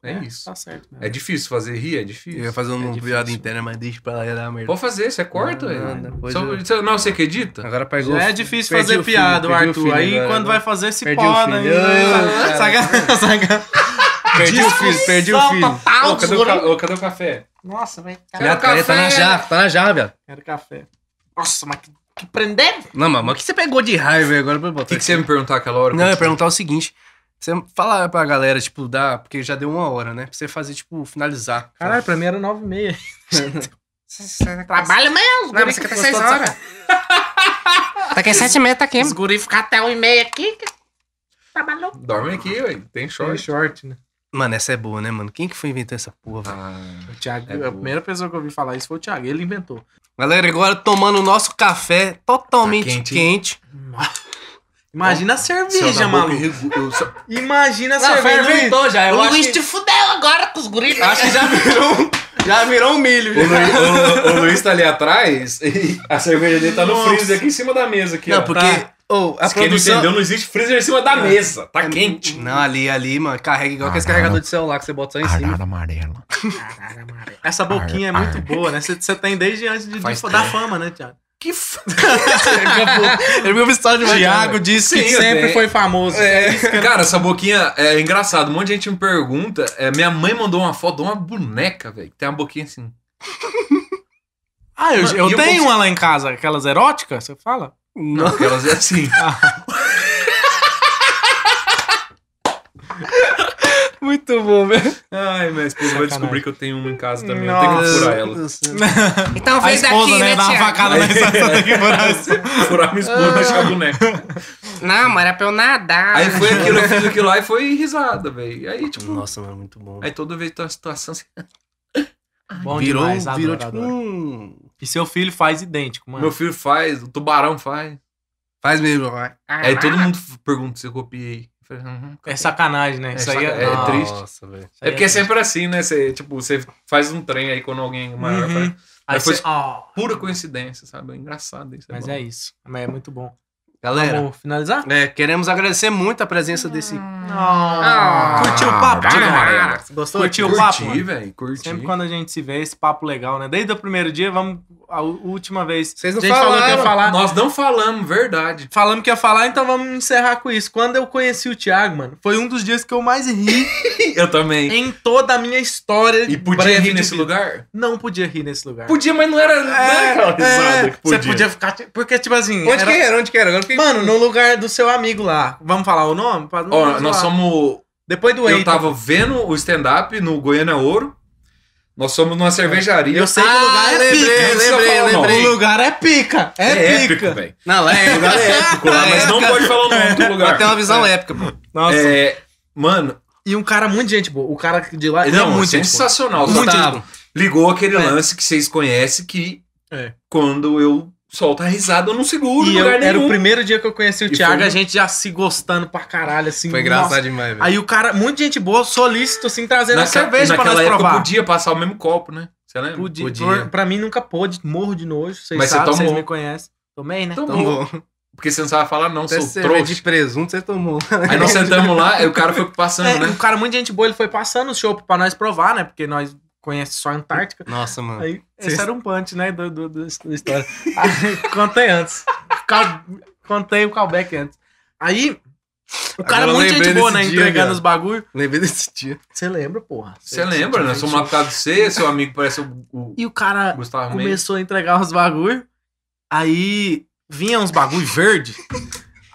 C: É isso.
B: Tá certo.
C: É difícil fazer rir, é
A: Eu
C: difícil.
A: ia fazer
C: É
A: uma
C: difícil.
A: piada interna, mas deixa pra lá, ia dar merda.
C: Pode fazer, você corta,
A: Não,
C: velho.
A: não, depois
C: Só-
A: eu-
C: você- Não, você acredita?
A: Agora pegou.
B: Já é
A: o-
B: difícil
A: perdi
B: fazer
A: o filho,
B: piada, o
A: perdi o
B: Arthur.
A: filho
B: aí
A: agora, né?
B: quando
A: agora.
B: vai fazer, se
A: Perdi o
B: poda.
A: filho. Ah,
B: Sacanagem, sacanagem.
A: Perdi o filho, perdi o filho.
D: Total,
C: Ô,
D: dos
C: cadê, Ah, o
D: guri.
C: ca- ô, cadê o café?
D: Nossa, vai.
A: Minha cara tá na jarra, tá na jarra, velho.
B: Quero café.
D: Nossa, mas que, que prender?
A: Não, mas mas o que você pegou de raiva agora pra eu botar?
C: O que, que
A: aqui?
C: você ia me perguntar aquela hora?
A: Não, eu ia
C: Continua.
A: perguntar o seguinte. Você fala pra galera, tipo, dá, porque já deu uma hora, né? Pra você fazer, tipo, finalizar.
B: Caralho, pra mim era 9h30.
D: tá Trabalho mesmo.
A: Não, mas você quer seis horas.
D: Tá aqui sete e meia, tá aqui. Os guri ficam até um e meia aqui. que- Trabalhou.
C: Dorme aqui, velho. Tem
B: Short.
C: short.
B: short, né?
A: Mano, essa é boa, né, mano? Quem que foi inventar essa porra, velho?
C: Ah,
B: O Thiago,
C: É
B: a
C: boa.
B: primeira pessoa que eu ouvi falar isso foi o Thiago. Ele inventou.
A: Galera, agora tomando o nosso café totalmente
C: Tá quente,
A: quente.
C: hein?
B: Imagina a
C: céu da boca
B: cerveja, maluco.
C: regu- eu só-
B: Imagina a
A: Não,
B: cerveja.
A: já.
D: o Luiz te fudeu agora com os guris.
A: acho que já virou, um- já virou um milho.
C: O,
A: já.
C: Lu- o Lu- o Luiz tá ali atrás e a cerveja dele tá no
B: Nossa.
C: freezer aqui em cima da mesa. Aqui, ó.
A: Não, porque...
C: Tá.
A: ô, a
C: Se quem não
A: produção...
C: entendeu, não existe freezer em cima da mesa. Tá quente.
A: É Não, ali, ali, mano. Carrega igual aquele carregador de celular que você bota só em cima.
E: amarela.
B: Essa boquinha é muito boa, né? Você- Você tem desde antes de,
C: Faz
B: de, da fama, né, Thiago?
A: Que f... Ele viu o história de
B: Thiago disse
C: Sim,
B: que
C: eu
B: sempre
C: tenho.
B: foi famoso.
C: Cara, essa boquinha é engraçado. Um monte de gente me pergunta. É, minha mãe mandou uma foto de uma boneca, velho. que Tem uma boquinha assim.
B: Ah, eu,
C: Mano,
B: eu
C: e eu
B: tenho
C: consigo-
B: uma lá em casa, aquelas eróticas, você fala?
C: Não, porque elas é assim.
A: Muito bom, velho.
C: Ai, minha esposa vai
B: Sacanagem.
C: descobrir que eu tenho uma em casa também. Eu tenho que furar ela.
D: Então
B: A
D: vem daqui,
B: esposa, né,
D: né,
B: dá uma
D: Thiago?
B: facada na esposa.
C: Furar minha esposa e deixar a boneca.
D: Não, mas era pra eu nadar.
C: Aí foi aquilo, eu fiz aquilo lá e foi risada, velho. Aí, tipo.
A: Nossa, mano, muito bom.
C: Aí toda vez que tem uma situação assim.
B: É Bom
A: virou,
B: demais,
A: virou
B: adoro,
A: tipo
B: adoro.
A: um...
B: E seu filho faz idêntico, mano.
C: Meu filho faz, o tubarão faz.
A: Faz mesmo, vai.
C: Aí
D: Ah,
C: todo mundo pergunta se eu copiei. Eu falei, "Hum,
B: É sacanagem, né?
C: É
B: Isso aí
C: saca-
B: é,
C: é
B: Não,
C: triste.
A: Nossa, velho.
B: isso aí
C: É porque é
B: triste.
C: sempre assim, né? Você, tipo, você faz um trem aí quando alguém maior
B: Uhum.
C: faz.
B: Aí
C: Aí foi-
B: você- ó,
C: Pura coincidência, sabe? É engraçado isso.
B: Mas
C: bom.
B: é isso. Mas é muito bom.
A: Galera,
B: Vamos finalizar?
A: é, queremos agradecer muito a presença desse...
B: Ah, Curtiu o papo, Thiago? Gostou? Curtiu o papo?
C: Curti,
B: mano?
C: velho. Curti.
B: Sempre quando a gente se vê, esse papo legal, né? Desde o primeiro dia, vamos. A u- última vez.
A: Vocês não
B: a gente falou que ia
A: falaram.
B: falar.
C: Nós não falamos, verdade.
B: Falamos que ia falar, então vamos encerrar com isso. Quando eu conheci o Thiago, mano, foi um dos dias que eu mais ri
C: Eu também.
B: em toda a minha história.
C: E podia
B: breve
C: rir
B: de
C: nesse
B: vida.
C: lugar?
B: Não podia rir nesse lugar.
C: Podia, mas não era não era aquela risada
B: É,
C: que
B: Você
C: podia.
B: podia ficar. ti- Porque, tipo assim.
A: Onde
B: era-
A: que era? Onde que era? Agora fiquei...
B: Mano, no lugar do seu amigo lá. Vamos falar o nome? Pra- não
C: Ó,
B: zoar.
C: nós somos.
B: Depois do
C: Eu
B: Eitan.
C: tava vendo o stand-up no Goiânia Ouro. Nós somos numa cervejaria.
B: Eu sei que o
A: Ah,
B: lugar é
A: lembrei,
B: pica.
C: Não precisa
A: lembrei,
C: falar o nome.
A: lembrei.
B: O lugar é pica. É,
C: É
B: pica.
C: épico, velho.
A: Não, lá é
C: O lugar é épico lá, mas não pode falar o nome do
A: Vai
C: lugar.
A: ter uma visão épica, pô.
B: Nossa.
C: É, mano,
B: E um cara muito gente boa. O cara de lá ele é
C: não,
B: muito gente boa.
C: sensacional.
B: Muito
C: Gustavo.
B: gente boa.
C: ligou aquele
B: É.
C: lance que vocês conhecem que
B: É.
C: quando eu solto a risada eu não seguro em
B: E eu,
C: lugar
B: era
C: nenhum.
B: o primeiro dia que eu conheci o
C: E
B: Thiago,
C: foi-
B: a gente já se gostando pra caralho, assim.
A: Foi
B: nossa.
A: engraçado demais, velho.
B: Aí o cara, muita gente boa, solícito, assim, trazendo a
C: Naquela-
B: cerveja pra
C: naquela
B: nós
C: época
B: provar.
C: podia passar o mesmo copo, né? Você lembra?
B: Podia.
A: Podia.
B: Pra- Pra mim nunca pôde, morro de nojo, vocês
C: Mas você
B: sabem, vocês
C: tomou.
B: me conhecem. Tomei, né?
C: Então,
A: Então, bom.
C: Porque você não sabe falar não,
A: Até
C: sou
A: cerveja
C: trouxa.
A: de presunto você tomou.
C: Aí nós sentamos lá, e o cara foi passando,
B: É,
C: né?
B: O cara, muita gente boa, ele foi passando o show pra nós provar, né? Porque nós conhecemos só a Antártica.
A: Nossa, mano.
B: Aí,
A: Vocês-
B: esse era um punch, né? Do, do- do- da história. Aí, contei antes. Cal- Contei o callback antes. Aí, o cara,
A: Agora eu
B: muito
A: lembrei
B: gente boa, né?
A: desse dia,
B: entregando
A: viado.
B: os bagulho.
A: Lembrei desse dia.
B: Você lembra, porra?
C: Você lembra, né? Somos lá por causa de você, seu amigo parece o, o
B: E o cara
C: Gustavo Mendes.
B: começou a entregar os bagulho. Aí, vinha uns bagulho verde.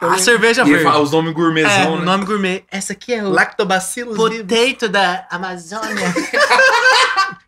B: a cerveja
C: E ele
B: verde.
C: fala os nomes
B: É,
C: gourmetzão,
B: o
C: né?
B: nome gourmet. Essa aqui é o
A: Lactobacillus
B: potato da Amazônia.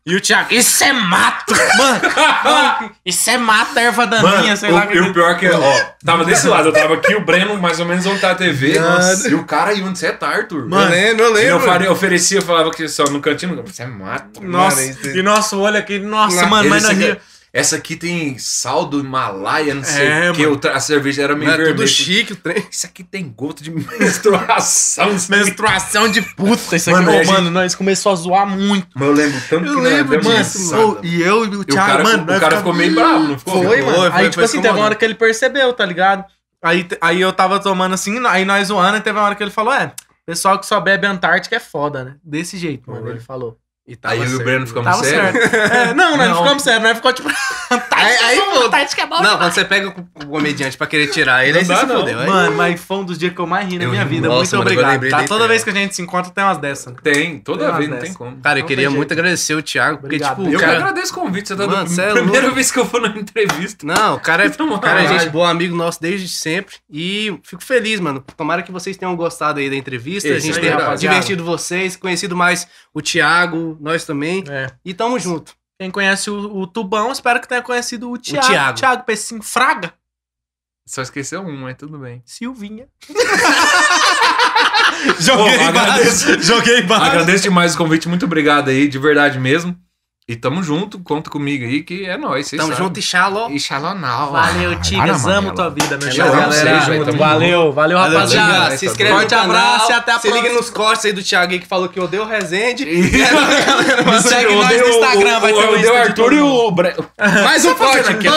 B: e o Thiago, isso é mato! Mano, mano, isso é mato, erva daninha, sei
C: o,
B: lá. é
C: e o pior que, é, ó, tava desse lado, eu tava aqui, o Breno mais ou menos onde tá a TV,
A: Nossa.
C: e o cara aí onde você tá, Arthur.
A: eu lembro, eu
C: eu
A: lembro.
C: faria, oferecia, falava que só no cantinho, você é mato.
B: Nossa,
A: Mano, isso-
B: e nosso olho aqui, nossa, é
A: Não,
B: mano,
C: Ele
B: mas nós
C: sempre-
B: ria.
C: Essa aqui tem sal do Himalaia, não sei
B: É,
C: o que.
B: mano.
C: outra- A cerveja era meio
A: Não, é
C: vermelha.
A: tudo chique o trem.
C: Isso aqui tem gosto de menstruação. isso aqui.
B: Menstruação de puta, isso aqui.
C: Mano,
B: Mano,
C: a gente-
B: mano nós começou a zoar muito. né,
C: Mas eu lembro tanto
A: Eu
C: que
A: lembro
C: nós demos
A: disso,
C: uma
A: mano.
C: insada.
B: Oh, e eu é e o
C: E o
B: Thiago,
C: cara,
B: mano,
C: o
B: nós
C: cara
B: ficava-
C: ficou meio bravo, não ficou?
B: Foi, mano.
A: foi,
B: aí,
A: foi
B: tipo assim, teve uma hora
A: incomodando.
B: que ele percebeu, tá ligado? Aí, te- aí eu tava tomando assim, aí nós zoando, e teve uma hora que ele falou, é, pessoal que só bebe Antártica é foda, né? Desse jeito, mano,
C: Foi.
B: ele falou.
A: E tava
C: Aí eu e o
A: certo.
C: Breno ficamos
B: Tava
C: sérios.
B: certo. É, não, nós não.
C: Não.
B: ficamos sérios, nós ficou tipo,
D: Tá
A: Aí, aí, pô,
D: Antártica é bom
A: Não, quando você pega o o comediante pra querer tirar ele,
C: Não
A: aí você
C: dá,
A: se
C: não.
A: fudeu. aí-
B: mano, mas foi um dos dias que eu mais ri na
C: Eu
B: minha
C: ri.
B: vida,
A: Nossa,
B: muito
A: mano, agora eu
B: obrigado,
A: lembrei
B: tá?
A: dessa,
B: Toda
A: né?
B: vez que a gente se encontra tem umas dessas, né?
C: Tem, toda
B: Tem
C: vez, não
B: umas
C: tem
B: dessas.
C: como.
A: Cara, eu
B: Não
A: queria
B: tem
A: muito
B: jeito.
A: agradecer o Thiago, porque,
B: Obrigado.
A: tipo,
C: Eu
A: o
C: que
A: cara...
C: agradeço o convite, você tá
A: Mano,
C: dando
A: cê é
C: primeira
A: louco.
C: vez que eu fui na entrevista.
A: Não, o cara é
C: Então,
A: Cara,
C: caralho.
A: gente boa, amigo nosso desde sempre. E fico feliz, mano. Tomara que vocês tenham gostado aí da entrevista. a
C: Isso
A: gente
C: aí, é
A: tenha
C: rapaziada.
A: divertido vocês, conhecido mais o Thiago, nós também.
B: É.
A: E tamo junto.
B: Quem conhece o, o Tubão, espero que tenha conhecido o Thiago.
A: Thiago.
B: Thiago Pessim Fraga,
C: Só esqueceu um, mas tudo bem.
B: Silvinha.
C: Pô, agradeço.
B: Joguei
C: Agradeço demais o convite, muito obrigado aí, de verdade mesmo. E tamo junto, conta comigo aí, que é nóis. vocês
A: tamo
C: sabem.
A: junto então. e xaló.
C: E xalonal.
B: Valeu, Tigas.
C: Para,
B: Amo
C: Manela.
B: tua vida, meu
A: É
B: chapa.
A: nóis, galera. Tamo
B: Valeu,
A: junto.
B: valeu, valeu, rapaziada.
A: Se
C: Tá
A: inscreve
B: Forte
A: no canal,
B: abraço e até a
A: Se liga
B: próxima.
A: nos cortes aí do Thiago aí que falou que odeia o Resende.
C: Me
B: segue nós no Instagram, vai ter o
C: o
B: Insta de
C: Arthur
B: todo
C: e
B: mundo.
C: o Bre...
A: Mais um corte aqui.